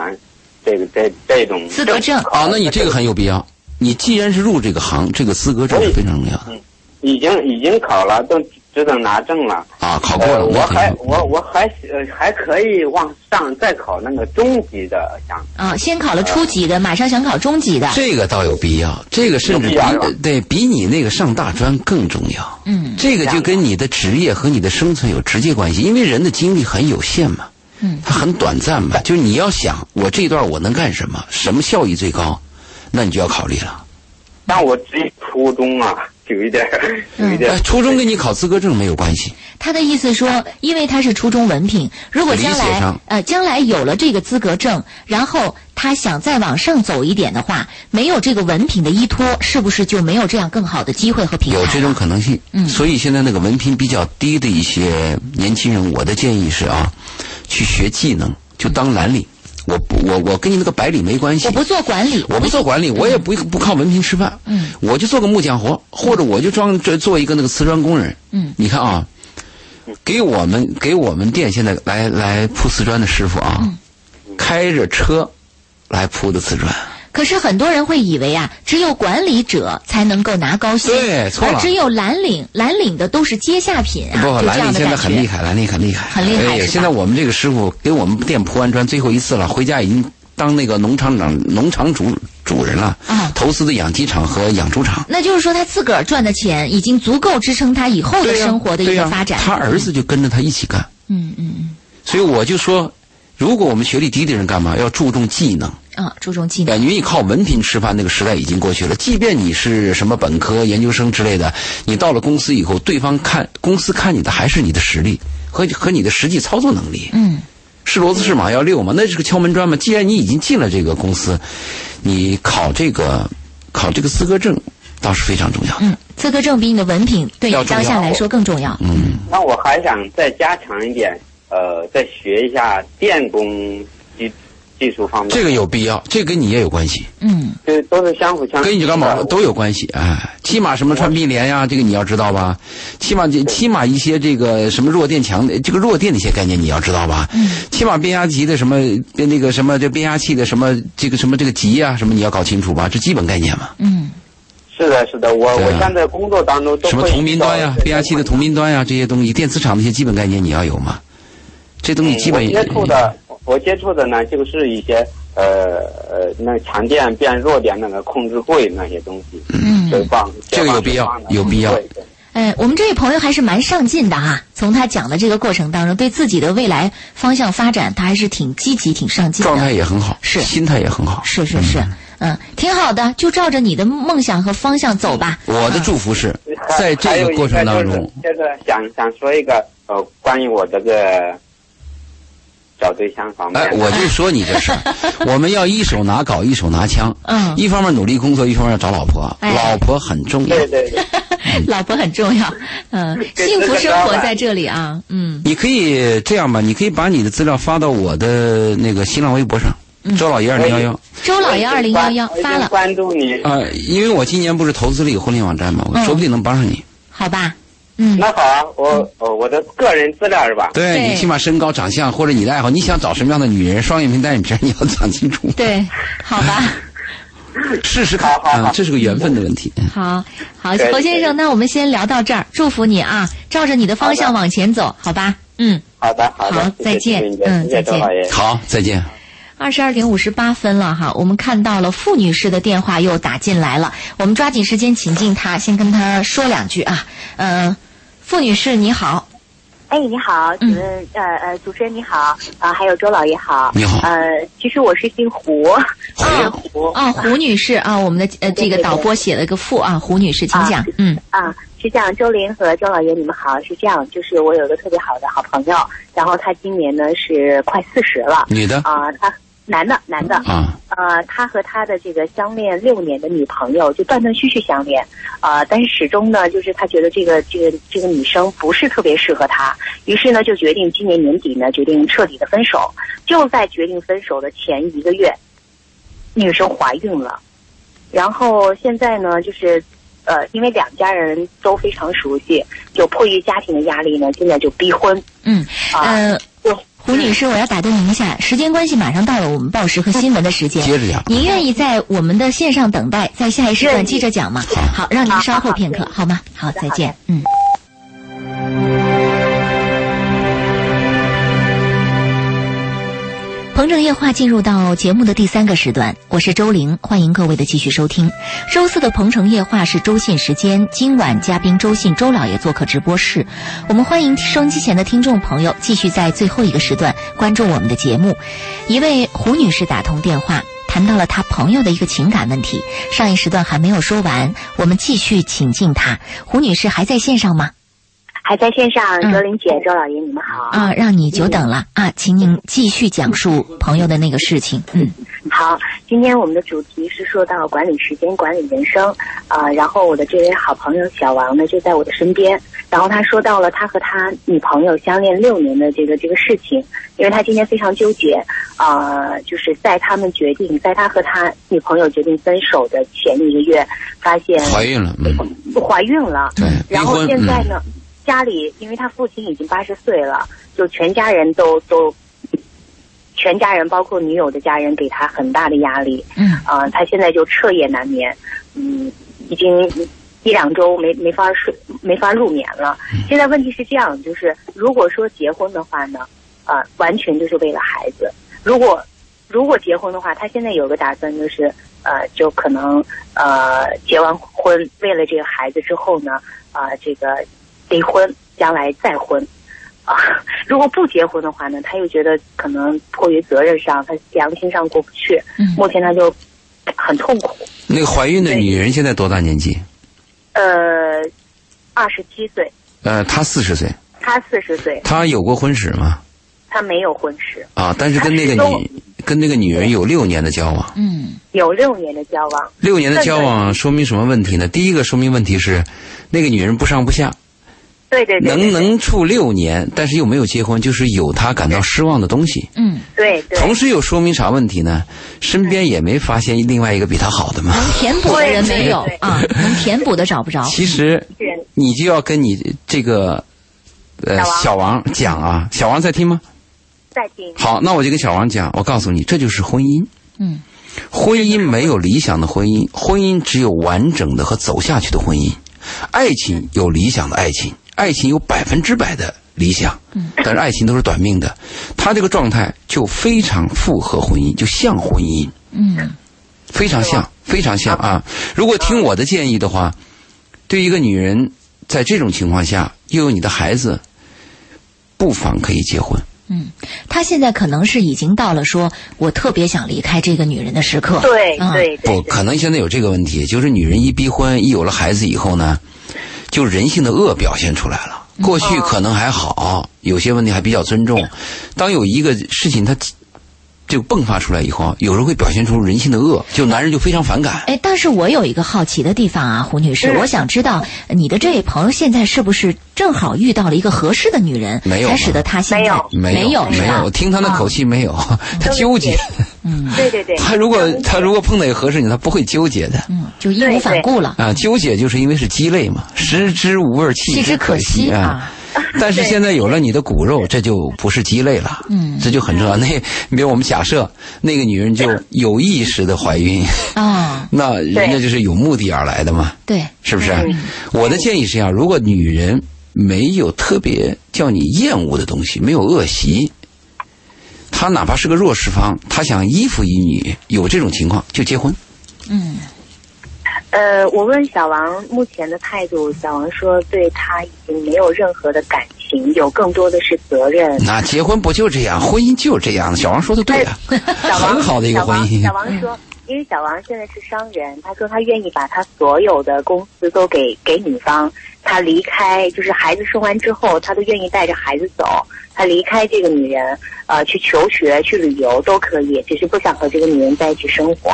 G: 这个这这种
A: 资格证
B: 啊，那你这个很有必要。你既然是入这个行，这个资格证是非常重要的
G: 嗯已经已经考了，都只等拿证了。
B: 啊，考过
G: 呃，
B: 了。
G: 我
B: 那挺
G: 还
B: 好
G: 我我还呃还可以往上再考那个中级的项目。
A: 啊，先考了初级的，马上想考中级的，
B: 这个倒有必要，这个甚至比
G: 有必要是吧
B: 对比你那个上大专更重要。
A: 嗯
B: 这个
G: 啊
B: 就跟你的职业和你的生存有直接关系，因为人的精力很有限嘛，
A: 嗯
B: 它很短暂嘛。就是你要想我这一段我能干什么，什么效益最高，那你就要考虑了。
G: 但我只初中啊，有一点儿有一
A: 嗯
G: 点
B: 哎
G: 儿，
B: 初中跟你考资格证没有关系，
A: 他的意思说，因为他是初中文凭，如果将
B: 理解
A: 来
B: 上
A: 呃将来有了这个资格证，然后他想再往上走一点的话，没有这个文凭的依托，是不是就没有这样更好的机会和平台？
B: 有这种可能性。
A: 嗯
B: 所以现在那个文凭比较低的一些年轻人，我的建议是啊，去学技能，就当蓝领。我不，我我跟你那个白领没关系。
A: 我不做管理，
B: 我不做管理，我也不不靠文凭吃饭，
A: 嗯，
B: 我就做个木匠活，或者我就装这做一个那个瓷砖工人，
A: 嗯，
B: 你看啊，给我们给我们店现在来来铺瓷砖的师傅啊，
A: 嗯
B: 开着车来铺的瓷砖，
A: 可是很多人会以为啊，只有管理者才能够拿高薪，
B: 对错了
A: 而只有蓝领，蓝领的都是阶下品啊，
B: 不，
A: 就这
B: 兰
A: 样
B: 陵
A: 的
B: 现在
A: 感
B: 很厉
A: 觉。
B: 害，兰陵很厉害，
A: 很厉害
B: 哎呀
A: 是吧
B: 现在我们这个师傅给我们店铺完砖最后一次了，回家已经当那个农场长、农场主主人了，
A: 啊
B: 投资的养鸡场和养猪场。
A: 那就是说，他自个儿赚的钱已经足够支撑他以后的
B: 对呀
A: 生活的一
B: 对呀
A: 个发展。
B: 他儿子就跟着他一起干。
A: 嗯，嗯嗯
B: 所以我就说，如果我们学历低的人干嘛要注重技能？
A: 嗯，啊，注重技能，
B: 感觉哎你靠文凭吃饭那个时代已经过去了。即便你是什么本科、研究生之类的，你到了公司以后，对方看公司看你的还是你的实力和和你的实际操作能力。
A: 嗯，
B: 是骡子是马要遛嘛，那是个敲门砖嘛。既然你已经进了这个公司，你考这个考这个资格证倒是非常重要的。
A: 嗯，资格证比你的文凭对
B: 要
A: 你
B: 重要
A: 当下来说更重要。
B: 嗯，
G: 那我还想再加强一点，呃，再学一下电工技技术方面，
B: 这个有必要，这个跟你也有关系。
A: 嗯，
G: 这都是相辅相成的。
B: 跟你干毛都有关系，哎，起码什么穿壁帘呀、这个你要知道吧？起码这起码一些这个什么弱电强的这个弱电的一些概念你要知道吧？
G: 嗯
B: 起码变压级的什么那个什么这变压器的什么这个什么这个级啊什么你要搞清楚吧？这基本概念嘛。
A: 嗯，
G: 是的，是的，我、
B: 对啊
G: 我现在工作当中都
B: 什么
G: 会
B: 同频端呀、
G: 遇到
B: 变压器的同频端呀、这些东西，电磁场的一些基本概念你要有嘛？这东西基本
G: 嗯我接触的，我接触的呢，就是一些呃呃，那强电变弱电那个控制柜那些东西，嗯，解放
B: 这个有必要有必要
G: 对对
A: 哎，我们这位朋友还是蛮上进的哈、从他讲的这个过程当中，对自己的未来方向发展，他还是挺积极、挺上进的。
B: 状态也很好，
A: 是
B: 心态也很好。
A: 是是是，嗯，挺好的，就照着你的梦想和方向走吧。
B: 我的祝福是
G: 还
B: 在
G: 啊还
B: 这
G: 有
B: 个
G: 一
B: 过程当
G: 就是
B: 中，
G: 就是想想说一个呃，关于我这个找对象方面
B: 哎，
G: 的，
B: 我就说你这事儿，我们要一手拿镐，一手拿枪。
A: 嗯
B: 一方面努力工作，一方面找老婆。
A: 哎
B: 老婆很重要
G: 对，对对，
A: 老婆很重要， 嗯，
G: 对
A: 幸福
G: 这
A: 生
G: 个当
A: 活
G: 然
A: 在这里啊，嗯
B: 你可以这样吧，你可以把你的资料发到我的那个新浪微博上，周老爷二零幺幺。
A: 周老爷二零幺幺
G: 我已经
A: 发了，
G: 关注你，
B: 啊，因为我今年不是投资了一个婚恋网站嘛，我
A: 嗯
B: 说不定能帮上你。
A: 好吧？嗯，
G: 那好啊，我我我的个人资料是吧？
B: 对
A: 对
B: 你起码身高、长相或者你的爱好，你想找什么样的女人，双眼皮、单眼皮儿，你要讲清楚，
A: 对，好吧，
B: 试试看
G: 好好好
B: 啊，这是个缘分的问题。嗯
A: 好好，
G: 对
A: 侯先生，那我们先聊到这儿，祝福你啊，照着你的方向
G: 好的
A: 往前走，好吧？嗯。
G: 好的好的
A: 好，
G: 谢谢
A: 再见
G: 谢谢你的
A: 嗯
G: 谢谢
A: 再
G: 周
A: 见
G: 老爷。
B: 好，再见。
A: 二十二点五十八分了哈，我们看到了付女士的电话又打进来了，我们抓紧时间请进她，先跟她说两句啊。呃，付女士你好，
H: 哎，你好，主任，呃呃，主持人你好，啊、还有周老爷好，
B: 你好
H: 呃，其实我是姓胡，嗯
B: 哎
H: 姓胡
A: 啊，胡女士啊，我们的呃这个导播写了个付啊，胡女士，请讲。嗯
H: 啊，是这样，周林和周老爷你们好，是这样，就是我有一个特别好的好朋友，然后他今年呢是快四十了，
B: 女的
H: 啊、他男的男的，
B: 啊，
H: 呃，他和他的这个相恋六年的女朋友就断断续续相恋，呃，但是始终呢，就是他觉得这个这个这个女生不是特别适合他，于是呢就决定今年年底呢决定彻底的分手。就在决定分手的前一个月，女生怀孕了，然后现在呢就是。呃，因为两家人都非常熟悉，就迫于家庭的压力呢，现在就逼婚
A: 嗯
H: 啊。
A: 呃，
H: 就
A: 胡女士，我要打断您一下，时间关系，马上到了我们报时和新闻的时间。
B: 接着讲。
A: 您愿意在我们的线上等待，在下一时段接着讲吗？好，让您稍后片刻，好吗？好，再见。嗯。鹏城夜话进入到节目的第三个时段，我是周玲，欢迎各位的继续收听。周四的鹏城夜话是周信时间，今晚嘉宾周信周老爷做客直播室，我们欢迎收音机前的听众朋友继续在最后一个时段关注我们的节目。一位胡女士打通电话，谈到了她朋友的一个情感问题，上一时段还没有说完，我们继续请进她。胡女士还在线上吗？
H: 还在线上，
A: 嗯
H: 周林姐、周老爷，你们好。
A: 啊，让你久等了啊，请您继续讲述朋友的那个事情。嗯
H: 好，今天我们的主题是说到管理时间、管理人生啊、然后我的这位好朋友小王呢就在我的身边，然后他说到了他和他女朋友相恋六年的这个这个事情，因为他今天非常纠结啊、就是在他们决定，在他和他女朋友决定分手的前一个月，发现
B: 怀孕了，嗯，
H: 怀孕了，
B: 对，离
H: 然后
B: 婚，
H: 现在
B: 嗯，
H: 呢，家里因为他父亲已经八十岁了，就全家人都都，全家人包括女友的家人给他很大的压力，
A: 嗯
H: 啊、他现在就彻夜难眠，嗯，已经一两周没没法睡，没法入眠了。现在问题是这样，就是如果说结婚的话呢，啊、完全就是为了孩子。如果如果结婚的话，他现在有个打算就是，呃，就可能呃结完婚，为了这个孩子之后呢，啊、这个离婚，将来再婚。啊，如果不结婚的话呢，他又觉得可能迫于责任上，他良心上过不去，
A: 嗯
H: 目前他就很痛苦。
B: 那个怀孕的女人现在多大年纪？
H: 呃，二十七岁，
B: 呃，她四十岁，
H: 他四十岁，
B: 她有过婚史吗？
H: 他没有婚史，
B: 啊，但是跟那个
H: 她始
B: 女跟那个女人有六年的交往，
A: 嗯
H: 有六年的交往，
B: 六年的
H: 对
B: 交往说明什么问题呢？第一个说明问题是，那个女人不上不下，
H: 对对对，
B: 能能处六年，但是又没有结婚，就是有她感到失望的东西。
A: 嗯，
H: 对对，
B: 同时又说明啥问题呢？身边也没发现另外一个比她好的嘛。
H: 嗯
A: 能填补的人没有
H: 对对对
A: 啊，能填补的找不着。
B: 其实
H: 是
B: 你就要跟你这个呃小
H: 小王
B: 王讲啊，小王在听吗？
H: 再听，
B: 好，那我就跟小王讲，我告诉你，这就是婚姻。
A: 嗯，
B: 婚姻没有理想的婚姻，婚姻只有完整的和走下去的婚姻。爱情有理想的爱情，爱情有百分之百的理想，但是爱情都是短命的。他这个状态就非常符合婚姻，就像婚姻，
A: 嗯
B: 非常像，非常像啊！如果听我的建议的话，对于一个女人在这种情况下又有你的孩子，不妨可以结婚。
A: 嗯，他现在可能是已经到了说我特别想离开这个女人的时刻。
H: 对
A: 啊
H: 对
B: 不
H: 对，
B: 可能，现在有这个问题，就是女人一逼婚，一有了孩子以后呢，就人性的恶表现出来了。过去可能还好，有些问题还比较尊重。当有一个事情它就迸发出来以后，有时候会表现出人性的恶，就男人就非常反感。
A: 哎，但是我有一个好奇的地方啊，胡女士，
B: 嗯
A: 我想知道你的这位朋友现在是不是正好遇到了一个合适的女人，
B: 没有
A: 才使得她现在
B: 没
A: 没
B: 有，
A: 是
B: 没
A: 吧
B: 有，我听他的口气没有， 他纠结。
H: 对对对，
B: 他如果他如果碰到有合适你，他不会纠结的。
A: 嗯，就义无反顾了。
B: 啊，纠结就是因为是鸡肋嘛，食之无味，弃
A: 弃之可惜
B: 惜
A: 啊。
B: 但是现在有了你的骨肉，这就不是鸡肋了，
A: 嗯
B: 这就很重要。那你比如我们假设那个女人就有意识的怀孕，
A: 啊、
B: 那人家就是有目的而来的嘛，
A: 对，
B: 是不是？我的建议是这样：如果女人没有特别叫你厌恶的东西，没有恶习，她哪怕是个弱势方，她想依附于你，有这种情况就结婚。
A: 嗯
H: 呃，我问小王目前的态度，小王说对他已经没有任何的感情，有更多的是责任。
B: 那结婚不就这样？婚姻就这样。小王说的对啊，
H: 小王
B: 很好的一个婚姻
H: 小王小王说，因为小王现在是商人，他说他愿意把他所有的公司都给给女方，他离开就是孩子生完之后，他都愿意带着孩子走，他离开这个女人，呃，去求学、去旅游都可以，只是不想和这个女人在一起生活。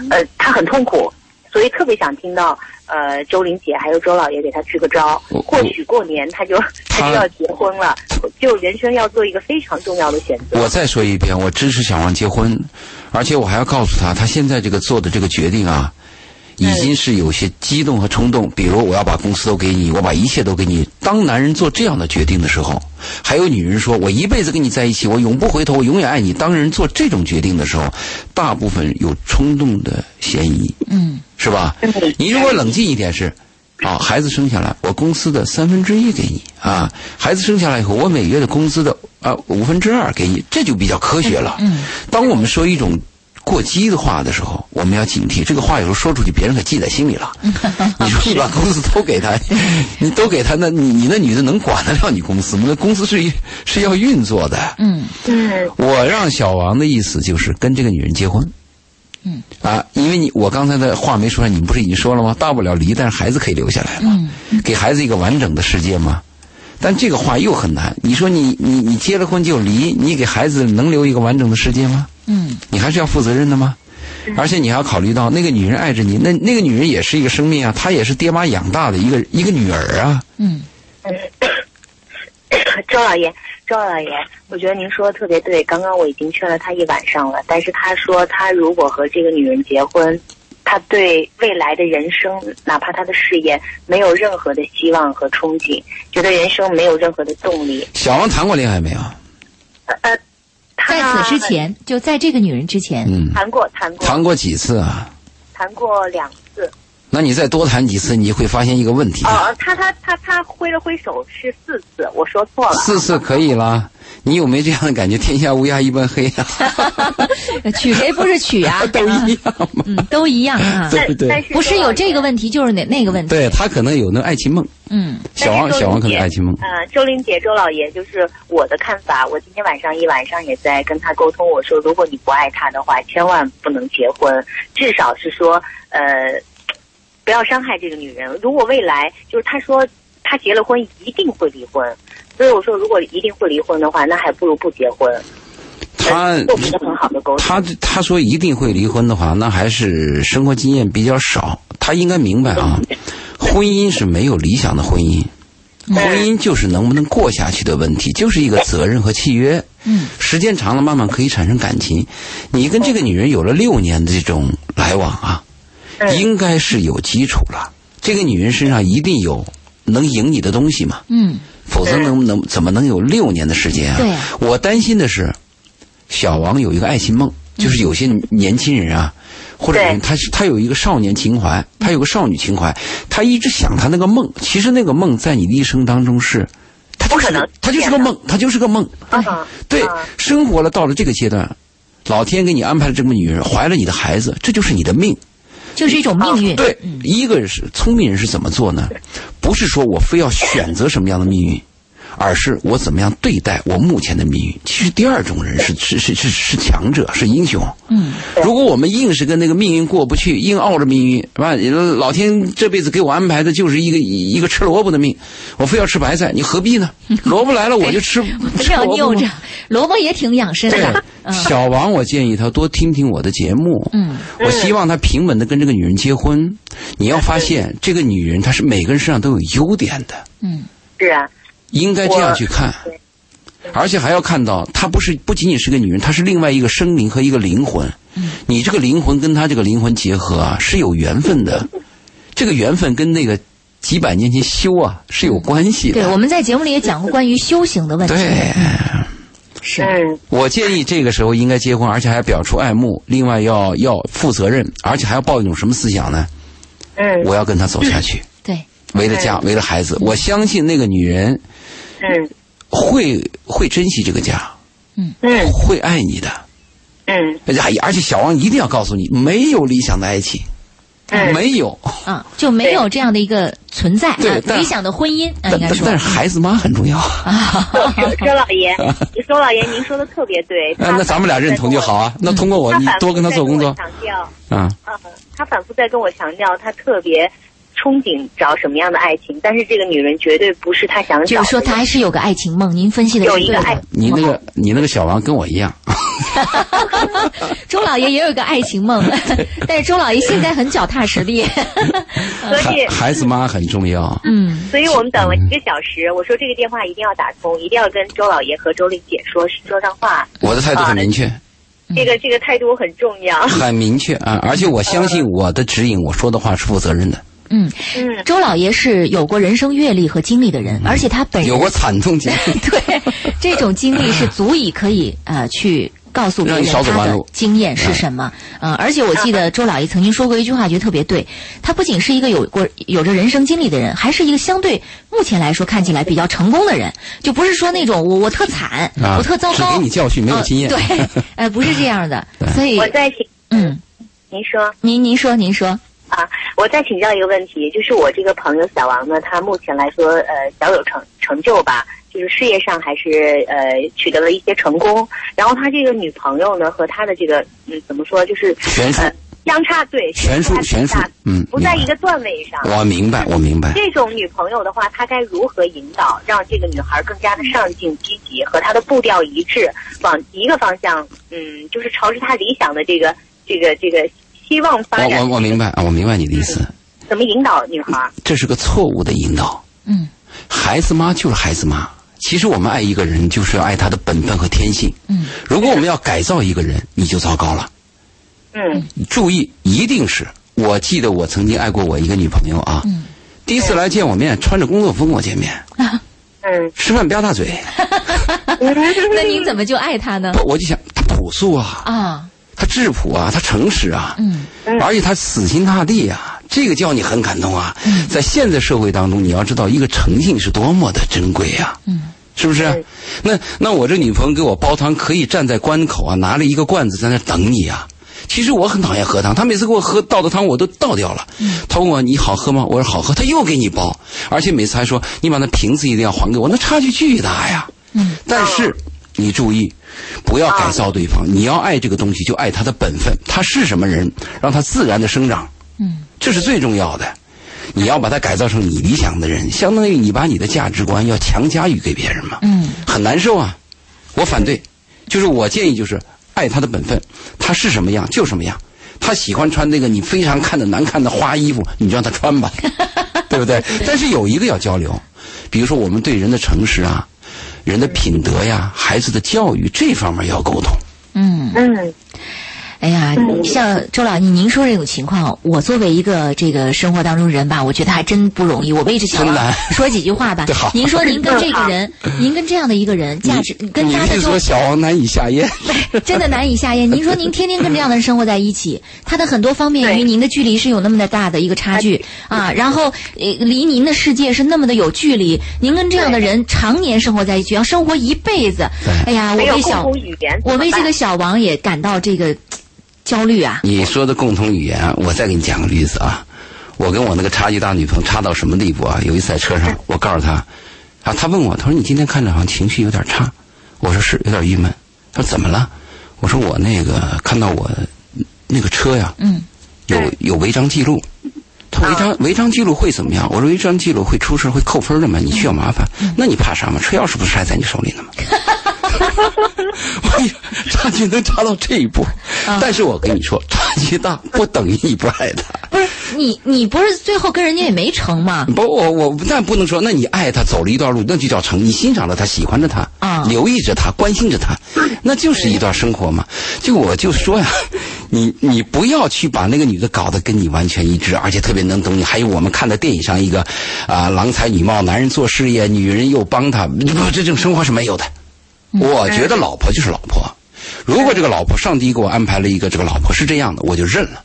B: 嗯
H: 呃，他很痛苦，所以特别想听到呃周玲姐还有周老爷给他支个招
B: 我，
H: 或许过年他就他
B: 他
H: 就要结婚了，就人生要做一个非常重要的选择。
B: 我再说一遍，我支持小王结婚，而且我还要告诉他，他现在这个做的这个决定啊，已经是有些激动和冲动。比如我要把公司都给你，我把一切都给你。当男人做这样的决定的时候，还有女人说我一辈子跟你在一起，我永不回头，我永远爱你。当人做这种决定的时候，大部分有冲动的嫌疑，
A: 嗯
B: 是吧？你如果冷静一点是，啊，孩子生下来，我公司的三分之一给你啊，孩子生下来以后，我每月的工资的啊五分之二给你，这就比较科学了。
A: 嗯
B: 当我们说一种过激的话的时候，我们要警惕，这个话有时候说出去，别人可记在心里 了。你说你把公司都给他，你都给他，那你你那女的能管得了你公司吗？那公司是一是要运作的。
A: 嗯
H: 嗯
B: 我让小王的意思就是跟这个女人结婚。
A: 嗯
B: 啊，因为你我刚才的话没说完，你们不是已经说了吗？大不了离，但是孩子可以留下来嘛，
A: 嗯
B: 给孩子一个完整的世界嘛。但这个话又很难，你说你你你结了婚就离，你给孩子能留一个完整的世界吗？
A: 嗯，
B: 你还是要负责任的吗？而且你还要考虑到那个女人爱着你，那那个女人也是一个生命啊，她也是爹妈养大的一个一个女儿啊。
A: 嗯，
H: 周老爷，周老爷，我觉得您说的特别对。刚刚我已经劝了他一晚上了，但是他说他如果和这个女人结婚，他对未来的人生，哪怕他的事业，没有任何的希望和憧憬，觉得人生没有任何的动力。
B: 小王谈过恋爱没有？
H: 呃，
B: 啊
H: 他
A: 在此之前，就在这个女人之前，
B: 嗯，
H: 谈过，谈过，
B: 谈过几次啊？
H: 谈过两次。
B: 那你再多谈几次，你会发现一个问题
H: 哦、，他他他他挥了挥手是四次，我说错了。
B: 四次可以啦。你有没有这样的感觉？天下乌鸦一般黑啊，嗯
A: 呃娶谁不是娶 啊？
B: 都一样 嘛。
A: 嗯，都一样啊。
B: 对对
H: 但是
A: 不是有这个问题，就是那那个问题。
B: 对他可能有那个爱情梦，
A: 嗯
B: 小王小王可能爱情梦。
H: 呃，周玲姐、周老爷，就是我的看法。我今天晚上一晚上也在跟他沟通，我说，如果你不爱他的话，千万不能结婚，至少是说，呃，不要伤害这个女人。如果未来就是他说他结了婚一定会离婚，所以我说，如果一定会离婚的话，那还不如不结婚。嗯
B: 他
H: 做不是很好的沟通。
B: 他他说一定会离婚的话，那还是生活经验比较少。他应该明白啊，婚姻是没有理想的婚姻，
H: 嗯
B: 婚姻就是能不能过下去的问题，就是一个责任和契约。
A: 嗯，
B: 时间长了，慢慢可以产生感情。你跟这个女人有了六年的这种来往啊，
H: 嗯
B: 应该是有基础了。这个女人身上一定有能赢你的东西嘛，
A: 嗯，
B: 否则能能怎么能有六年的时间啊？
A: 对啊
B: 我担心的是，小王有一个爱情梦，就是有些年轻人啊，或者
H: 嗯对嗯
B: 人他是他有一个少年情怀，他有个少女情怀，他一直想他那个梦。其实那个梦在你的一生当中是，他就
H: 不可
B: 是
H: 能
B: 个他就是个
H: 见到
B: 梦，他就是个梦。
H: 嗯，
B: 对
H: 嗯，
B: 生活了到了这个阶段，老天给你安排了这么女人，怀了你的孩子，这就是你的命。
A: 就是一种命运。
B: 啊对，一个是聪明人是怎么做呢？不是说我非要选择什么样的命运，而是我怎么样对待我目前的命运。其实第二种人是是是是是强者，是英雄。
A: 嗯，
B: 如果我们硬是跟那个命运过不去，硬拗着命运，完了老天这辈子给我安排的就是一个一个吃萝卜的命，我非要吃白菜，你何 必呢？萝卜来了我就吃，
A: 不
B: 吃
A: 要
B: 萝卜
A: 拗
B: 吗
A: 着，嗯萝卜也挺养生 的。
B: 对，小王，我建议他多听听我的节目。
A: 嗯，
B: 我希望他平稳的跟这个女人结婚。你要发现，这个女人她是每个人身上都有优点的，
A: 嗯
H: 是啊，
B: 应该这样去看。而且还要看到，她不是不仅仅是个女人，她是另外一个生灵和一个灵魂。嗯，你这个灵魂跟她这个灵魂结合啊，是有缘分的。这个缘分跟那个几百年前修啊是有关系的。
A: 对，我们在节目里也讲过关于修行的问题。
B: 对
A: 是，
H: 嗯，
B: 我建议这个时候应该结婚，而且还表出爱慕，另外要要负责任，而且还要抱一种什么思想呢？
H: 嗯，
B: 我要跟他走下去，
A: 对，
B: 为了家，为了孩子，我相信那个女人
H: 嗯，
B: 会会珍惜这个家，
H: 嗯，
B: 会爱你的。
H: 嗯，
B: 而且而且小王一定要告诉你，没有理想的爱情，
H: 嗯，
B: 没有。
A: 啊，就没有这样的一个存在
B: 对
A: 啊，
B: 但
A: 理想的婚姻啊，
B: 但
A: 应
B: 但
A: 该说
B: 但是孩子妈很重要，
H: 周周老 爷，周老爷，您说的特别对。
B: 那那咱们俩认同就好啊。那通过我，
H: 他
B: 你
H: 反复
B: 多跟他
H: 在
B: 做工
H: 我
B: 作
H: 强调，
B: 啊。
H: 嗯，他反复在跟我强调，他特别憧憬找什么样的爱情，但是这个女人绝对不是他想找
A: 就
H: 的。
A: 是说他还是有个爱情梦。您分析的是
H: 有
A: 对
H: 一个爱
A: 的。
B: 你那个你那个小王跟我一样，
A: 周老爷也有一个爱情梦， 但是周老爷现在很脚踏实地。
H: 所以
B: 孩
H: 嗯
B: 孩子妈很重要。
A: 嗯，
H: 所以我们等了一个小时，我说这个电话一定要打通，一定要跟周老爷和周丽姐说说上话。
B: 我的态度很明确。
A: 嗯
H: 这个这个态度很重要。
B: 很明确啊，而且我相信我的指引，我说的话是负责任的。
H: 嗯，
A: 周老爷是有过人生阅历和经历的人，而且他本人
B: 有过惨痛经历，
A: 对，这种经历是足以可以呃去告诉别
B: 让
A: 人
B: 你少走
A: 他
B: 弯
A: 的
B: 路哎
A: 经验是什么。呃，而且我记得周老爷曾经说过一句话，觉得特别对。他不仅是一个有过有着人生经历的人，还是一个相对目前来说看起来比较成功的人，就不是说那种我我特惨，
B: 啊
A: 我特糟
B: 只
A: 糕，
B: 给你教训没有
A: 呃
B: 经验
A: 对，呃，不是这样 的。所以
H: 我，在请
A: 嗯，
H: 您说。
A: 您您说您说，
H: 啊，我再请教一个问题，就是我这个朋友小王呢，他目前来说，呃，小有成成就吧，就是事业上还是呃取得了一些成功。然后他这个女朋友呢，和他的这个嗯，怎么说，就是
B: 悬殊
H: 呃相差对
B: 悬殊
H: 差挺
B: 悬殊
H: 大
B: 嗯
H: 不在
B: 明白
H: 一个段位上。
B: 我明白，我明白。
H: 这种女朋友的话，她该如何引导，让这个女孩更加的上进、积极，和她的步调一致，往一个方向，嗯，就是朝着她理想的这个、这个、这个希望发
B: 我
H: 展
B: 我。我明白啊，我明白你的意思。
H: 怎么引导女孩？
B: 这是个错误的引导。
A: 嗯，
B: 孩子妈就是孩子妈。其实我们爱一个人，就是要爱他的本分和天性。
A: 嗯，
B: 如果我们要改造一个人，你就糟糕了。
H: 嗯
B: 注意，一定是我记得我曾经爱过我一个女朋友啊。
A: 嗯，
B: 第一次来见我面，穿着工作服跟我见面，
H: 嗯，
B: 吃饭吧嗒嘴，
A: 那您怎么就爱他呢
B: 不？我就想他朴素啊，
A: 啊，
B: 他质朴啊，他诚实啊。
A: 嗯
B: 而且他死心塌地啊，这个叫你很感动啊。
A: 嗯
B: 在现在社会当中，你要知道一个诚信是多么的珍贵啊，
A: 嗯
B: 是不是
H: 对？
B: 那那我这女朋友给我煲汤，可以站在关口啊，拿了一个罐子在那等你啊。其实我很讨厌喝汤，她每次给我喝倒的汤我都倒掉了。
A: 嗯
B: 她问我你好喝吗？我说好喝，她又给你煲，而且每次还说你把那瓶子一定要还给我，那差距巨大呀。
A: 嗯，
B: 但是你注意，不要改造对
A: 啊
B: 方，你要爱这个东西就爱他的本分，他是什么人，让他自然的生长，
A: 嗯，
B: 这是最重要的。你要把他改造成你理想的人，相当于你把你的价值观要强加于给别人嘛，
A: 嗯，
B: 很难受啊。我反对，就是我建议就是爱他的本分，他是什么样就什么样。他喜欢穿那个你非常看着难看的花衣服，你就让他穿 吧，对不对？但是有一个要交流，比如说我们对人的诚实啊，人的品德呀、孩子的教育这方面要沟通。
A: 嗯。
H: 嗯
A: 哎呀，像周老，您说这种情况，我作为一个这个生活当中人吧，我觉得还真不容易。我为这小
B: 真
A: 王
B: 难
A: 啊说几句话吧
B: 对好。
A: 您说您跟这个 人，您跟这样的一个人价值，跟
B: 你
A: 他
B: 是
A: 的
B: 说
A: 就
B: 小王难以下咽？
A: 真的难以下咽。您说您天天跟这样的人生活在一起，他的很多方面
H: 对哎
A: 与您的距离是有那么的大的一个差距啊，然后呃离您的世界是那么的有距离。您跟这样的人常年生活在一起，要生活一辈子哎
B: 对。
A: 呀，我
H: 没有
A: 为
H: 共
A: 小
H: 同语言，
A: 我为这个小王也感到这个焦虑啊。
B: 你说的共同语言啊，我再给你讲个例子啊。我跟我那个差距大女朋友差到什么地步啊？有一次在车上，我告诉她，啊，她问我，她说你今天看着好像情绪有点差，我说是有点郁闷。她说怎么了？我说我那个看到我那个车呀，
A: 嗯，
B: 有有违章记录。她说违章违章记录会怎么样？我说违章记录会出事会扣分的嘛，你需要麻烦。那你怕啥嘛？车钥匙不是还在你手里呢吗？哎呀，差距能差到这一步，但是我跟你说，差距大不等于你不爱他。
A: 不是你，你不是最后跟人家也没成吗？
B: 不，我我那不能说，那你爱他走了一段路，那就叫成。你欣赏了他，喜欢着他，
A: 啊
B: 留意着他，关心着他，那就是一段生活嘛。就我就说呀，你你不要去把那个女的搞得跟你完全一致，而且特别能懂你。还有我们看的电影上一个啊、郎才女貌，男人做事业，女人又帮他，不，这种生活是没有的。我觉得老婆就是老婆。如果这个老婆，上帝给我安排了一个这个老婆是这样的，我就认了，
H: 嗯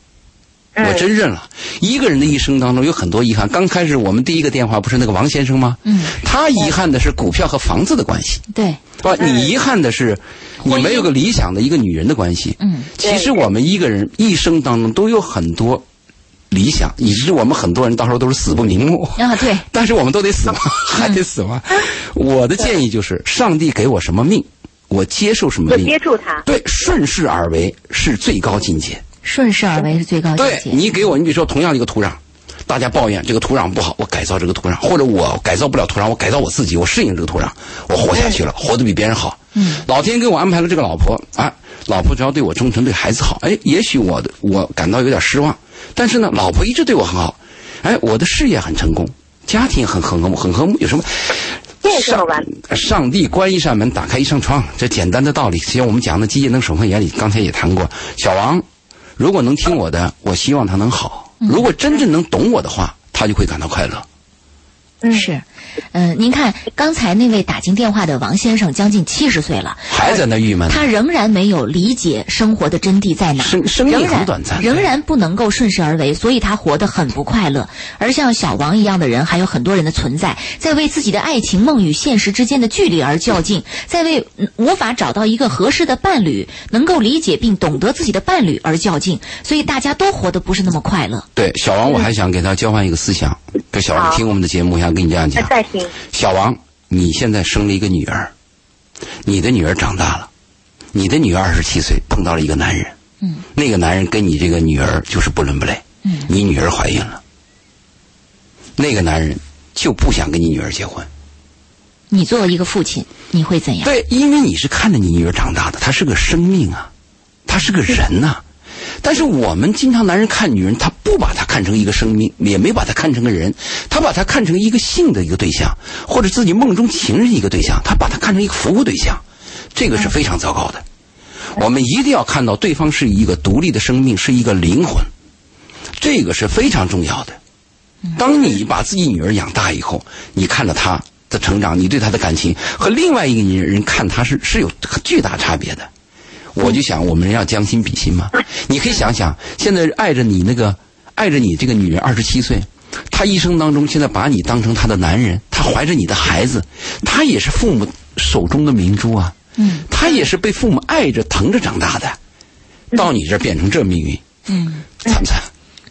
H: 哎
B: 我真认了。一个人的一生当中有很多遗憾。刚开始我们第一个电话不是那个王先生吗？
A: 嗯，
B: 他遗憾的是股票和房子的关系，
A: 对，
B: 啊，你遗憾的是你没有个理想的一个女人的关系。
A: 嗯，
B: 其实我们一个人一生当中都有很多理想，以致我们很多人到时候都是死不瞑目。
A: 啊，对，
B: 但是我们都得死吗？还得死吗？我的建议就是，上帝给我什么命，我接受什么
H: 就接
B: 命。
H: 触她，
B: 对，顺势而为是最高境界。
A: 顺势而为是最高境
B: 对
A: 界。
B: 你给我，你比如说同样的一个土壤，大家抱怨这个土壤不好，我改造这个土壤，或者我改造不了土壤，我改造我自己，我适应这个土壤，我活下去了，活得比别人好。嗯，老天给我安排了这个老婆啊，老婆只要对我忠诚，对孩子好，哎，也许我的我感到有点失望，但是呢，老婆一直对我很好，哎，我的事业很成功，家庭很很和睦，很和睦，有什么？
H: 这也是
B: 上
H: 好玩。
B: 上帝关一扇门，打开一扇窗，这简单的道理，实际上我们讲的《基业能守恒眼里》，刚才也谈过。小王，如果能听我的，我希望他能好；
A: 嗯
B: 如果真正能懂我的话，他就会感到快乐。
A: 是，嗯、您看刚才那位打进电话的王先生，将近七十岁了，
B: 还在那郁闷呢，
A: 他仍然没有理解生活的真谛在哪，
B: 生生命
A: 仍然
B: 很短暂
A: 仍然不能够顺势而为，所以他活得很不快乐。而像小王一样的人，还有很多人的存在，在为自己的爱情梦与现实之间的距离而较劲，在为嗯无法找到一个合适的伴侣，能够理解并懂得自己的伴侣而较劲，所以大家都活得不是那么快乐。
B: 对小王，我还想给他交换一个思想。给小王
H: 好
B: 听我们的节目，我想跟你这样
A: 嗯
H: 那
B: 讲：
H: 再听，
B: 小王，你现在生了一个女儿，你的女儿长大了，你的女儿二十七岁碰到了一个男人，
A: 嗯，
B: 那个男人跟你这个女儿就是不伦不类。
A: 嗯，
B: 你女儿怀孕了，那个男人就不想跟你女儿结婚。
A: 你作为一个父亲，你会怎样？
B: 对，因为你是看着你女儿长大的，她是个生命啊，她是个人呐、但是我们经常男人看女人，他不把她看成一个生命，也没把她看成个人，他把她看成一个性的一个对象，或者自己梦中情人一个对象，他把她看成一个服务对象，这个是非常糟糕的。我们一定要看到对方是一个独立的生命，是一个灵魂，这个是非常重要的。当你把自己女儿养大以后，你看着她的成长，你对她的感情和另外一个人看她是是有巨大差别的。我就想，我们要将心比心嘛。你可以想想，现在爱着你那个爱着你这个女人二十七岁，她一生当中现在把你当成她的男人，她怀着你的孩子，她也是父母手中的明珠啊。
A: 嗯
B: 她也是被父母爱着疼着长大的，到你这儿变成这命运，
A: 嗯，
B: 惨不惨？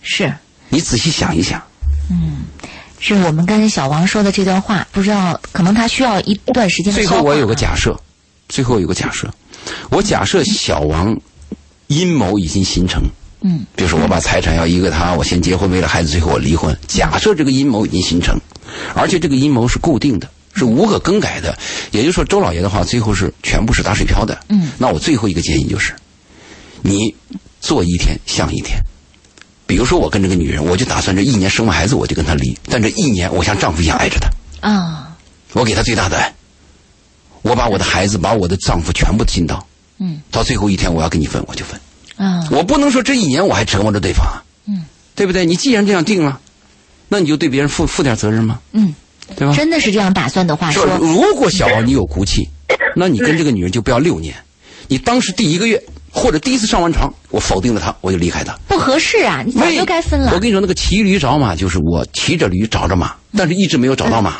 A: 是。
B: 你仔细想一想。
A: 是我们跟小王说的这段话，不知道可能他需要一段时间的啊
B: 最
A: 消化。
B: 后我有个假设，最后有个假设，我假设小王阴谋已经形成。
A: 嗯，
B: 比如说我把财产要一个他，我先结婚，为了孩子，最后我离婚。假设这个阴谋已经形成，而且这个阴谋是固定的，是无可更改的。也就是说，周老爷的话最后是全部是打水漂的。
A: 嗯，
B: 那我最后一个建议就是，你做一天像一天。比如说，我跟这个女人，我就打算这一年生完孩子我就跟她离，但这一年我像丈夫一样爱着她。
A: 啊，
B: 我给她最大的爱，我把我的孩子，把我的丈夫全部尽到，
A: 嗯
B: 到最后一天我要跟你分，我就分。
A: 啊，
B: 我不能说这一年我还折磨着对方啊，
A: 嗯
B: 对不对？你既然这样定了，那你就对别人负负点责任吗？
A: 嗯，
B: 对吧？
A: 真的是这样打算的话，
B: 是
A: 说
B: 吧？如果小王你有骨气， 那你跟这个女人就不要六年，你当时第一个月或者第一次上完床，我否定了她，我就离开她。
A: 不合适啊，你早就该分
B: 我
A: 了。
B: 跟你说，那个骑驴找马就是我骑着驴找着马，但是一直没有找到马。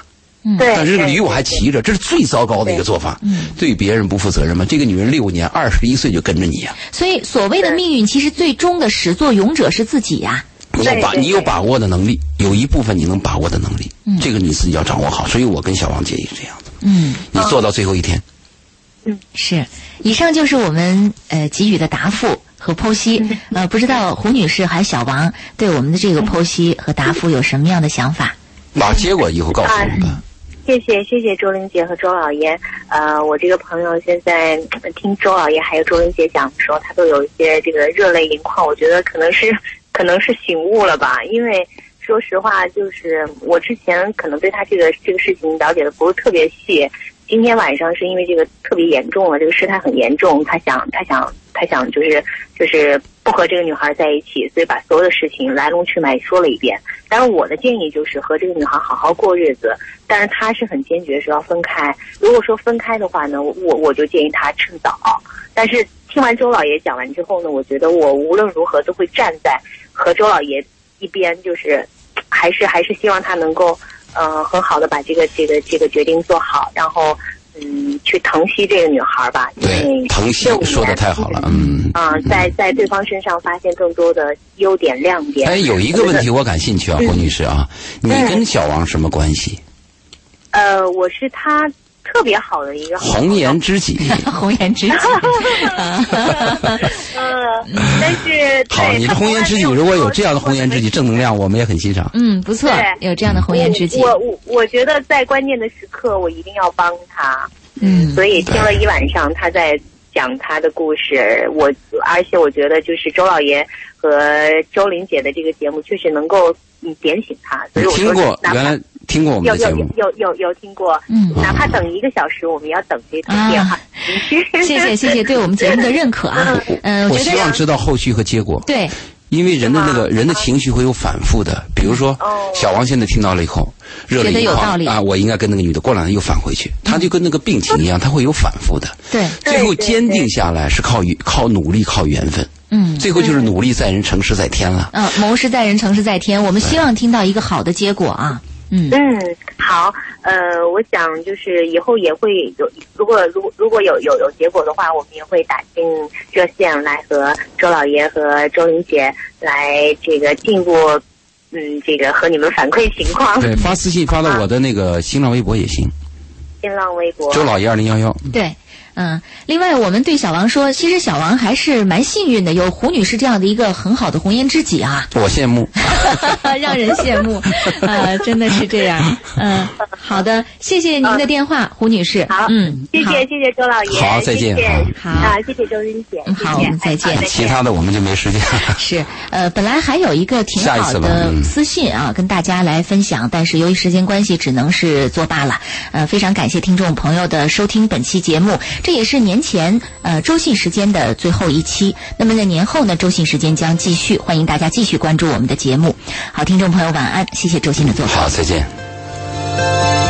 H: 对，
B: 但是这个
H: 哎对嗯
B: 驴我还骑着，这是最糟糕的一个做法，对别人不负责任嘛。这个女人六年，二十一岁就跟着你啊呀、
A: 所以所谓的命运，其实最终的始作俑者是自己啊呀、
B: 你有把
H: 对对嗯
B: 你有把握的能力，有一部分你能把握的能力，这个你自己要掌握好。所以我跟小王建议是这样的，
A: 嗯，
B: 你做到最后一天，
A: 是。以上就是我们呃给予的答复和剖析。呃，不知道胡女士还有小王对我们的这个剖析和答复有什么样的想法？
B: 把结果以后告诉我们。
H: 啊谢谢谢谢周玲姐和周老爷，呃，我这个朋友现在呃听周老爷还有周玲姐讲的时候，他都有一些这个热泪盈眶。我觉得可能是 可能是醒悟了吧，因为说实话，就是我之前可能对他这个这个事情了解的不是特别细。今天晚上是因为这个特别严重了，这个事态很严重，他想他想他想就是就是不和这个女孩在一起，所以把所有的事情来龙去脉说了一遍。但是我的建议就是和这个女孩好好过日子，但是他是很坚决说要分开。如果说分开的话呢，我我就建议他趁早。但是听完周老爷讲完之后呢，我觉得我无论如何都会站在和周老爷一边，就是还是还是希望他能够呃很好的把这个这个这个决定做好，然后嗯去疼惜这个女孩吧。因为
B: 对，疼惜
H: 这五年
B: 说的太好了，嗯。
H: 啊、在在对方身上发现更多的优点亮点。
B: 哎，有一个问题我感兴趣
H: 嗯
B: 啊，郭女士啊，你跟小王什么关系？
H: 呃，我是他特别好的一个好朋友
B: 红颜知己。
A: 红颜知己。
H: 嗯，但是
B: 好，
H: 对
B: 你
H: 他
B: 这红颜知己，
H: 从来没
B: 如果有
H: 说
B: 这样的红颜知己，正能量，我们也很欣赏。
A: 嗯，不错，
H: 对
A: 有这样的红颜知己。
H: 我我我觉得在关键的时刻，我一定要帮他。
A: 嗯
H: 所以听了一晚上他在讲他的故事，我而且我觉得就是周老爷和周玲姐的这个节目确实能够嗯点醒他，所
B: 你
H: 以我说
B: 哎听过
H: 哪
B: 原
H: 怕
B: 来听过我们
H: 有
B: 的节
H: 有有
B: 目，
H: 有有有听过，
A: 嗯啊
H: 哪怕等一个小时，我们要等这通电话。嗯
A: 谢谢谢谢对我们节目的认可 啊。嗯，
B: 我
A: 觉
B: 希
A: 得
B: 望知道后续和结果。
A: 对，
B: 因为人的那个人的情绪会有反复的，比如说
H: 哦
B: 小王现在听到了以后，热泪
A: 觉得
B: 盈
A: 有道
B: 眶
A: 理
B: 啊，我应该跟那个女的，过两天又返回去，他就跟那个病情一样，他会有反复的，
A: 对，
H: 对
B: 最后
H: 对
B: 坚定下来是靠于靠努力靠缘分，
A: 嗯。
B: 最后就是努力在人，成事在天了。
A: 嗯，谋事在人，成事在天。我们希望听到一个好的结果啊。嗯，
H: 嗯，好，呃，我想就是以后也会有，如果如如果有有有结果的话，我们也会打进热线来和周老爷和周玲姐来这个进一步，嗯，这个和你们反馈情况。
A: 嗯
B: 对，发私信发到我的那个新浪微博也行，
H: 新浪微博，
B: 周老爷二零幺幺。
A: 对。嗯，另外我们对小王说，其实小王还是蛮幸运的，有胡女士这样的一个很好的红颜知己啊，
B: 我羡慕。
A: 让人羡慕，呃，真的是这样。嗯、好的，谢谢您的电话，胡女士。
H: 呃好
A: 嗯，
H: 谢
A: 好
H: 谢谢谢周老爷，
B: 好再见
H: 谢谢
A: 好
H: 啊，谢谢周云姐，
A: 嗯好
H: 谢谢啊
A: 我们再见
H: 好
B: 其他的我们就没时间 了。
A: 是，呃，本来还有一个挺
B: 下一
A: 好
B: 次吧嗯
A: 的私信啊，跟大家来分享，但是由于时间关系，只能是作罢了。呃，非常感谢听众朋友的收听本期节目，这也是年前呃周信时间的最后一期。那么在年后呢，周信时间将继续，欢迎大家继续关注我们的节目。好，听众朋友晚安，谢谢周信的做客。
B: 好，再见。
I: 「君の声が聞こえる」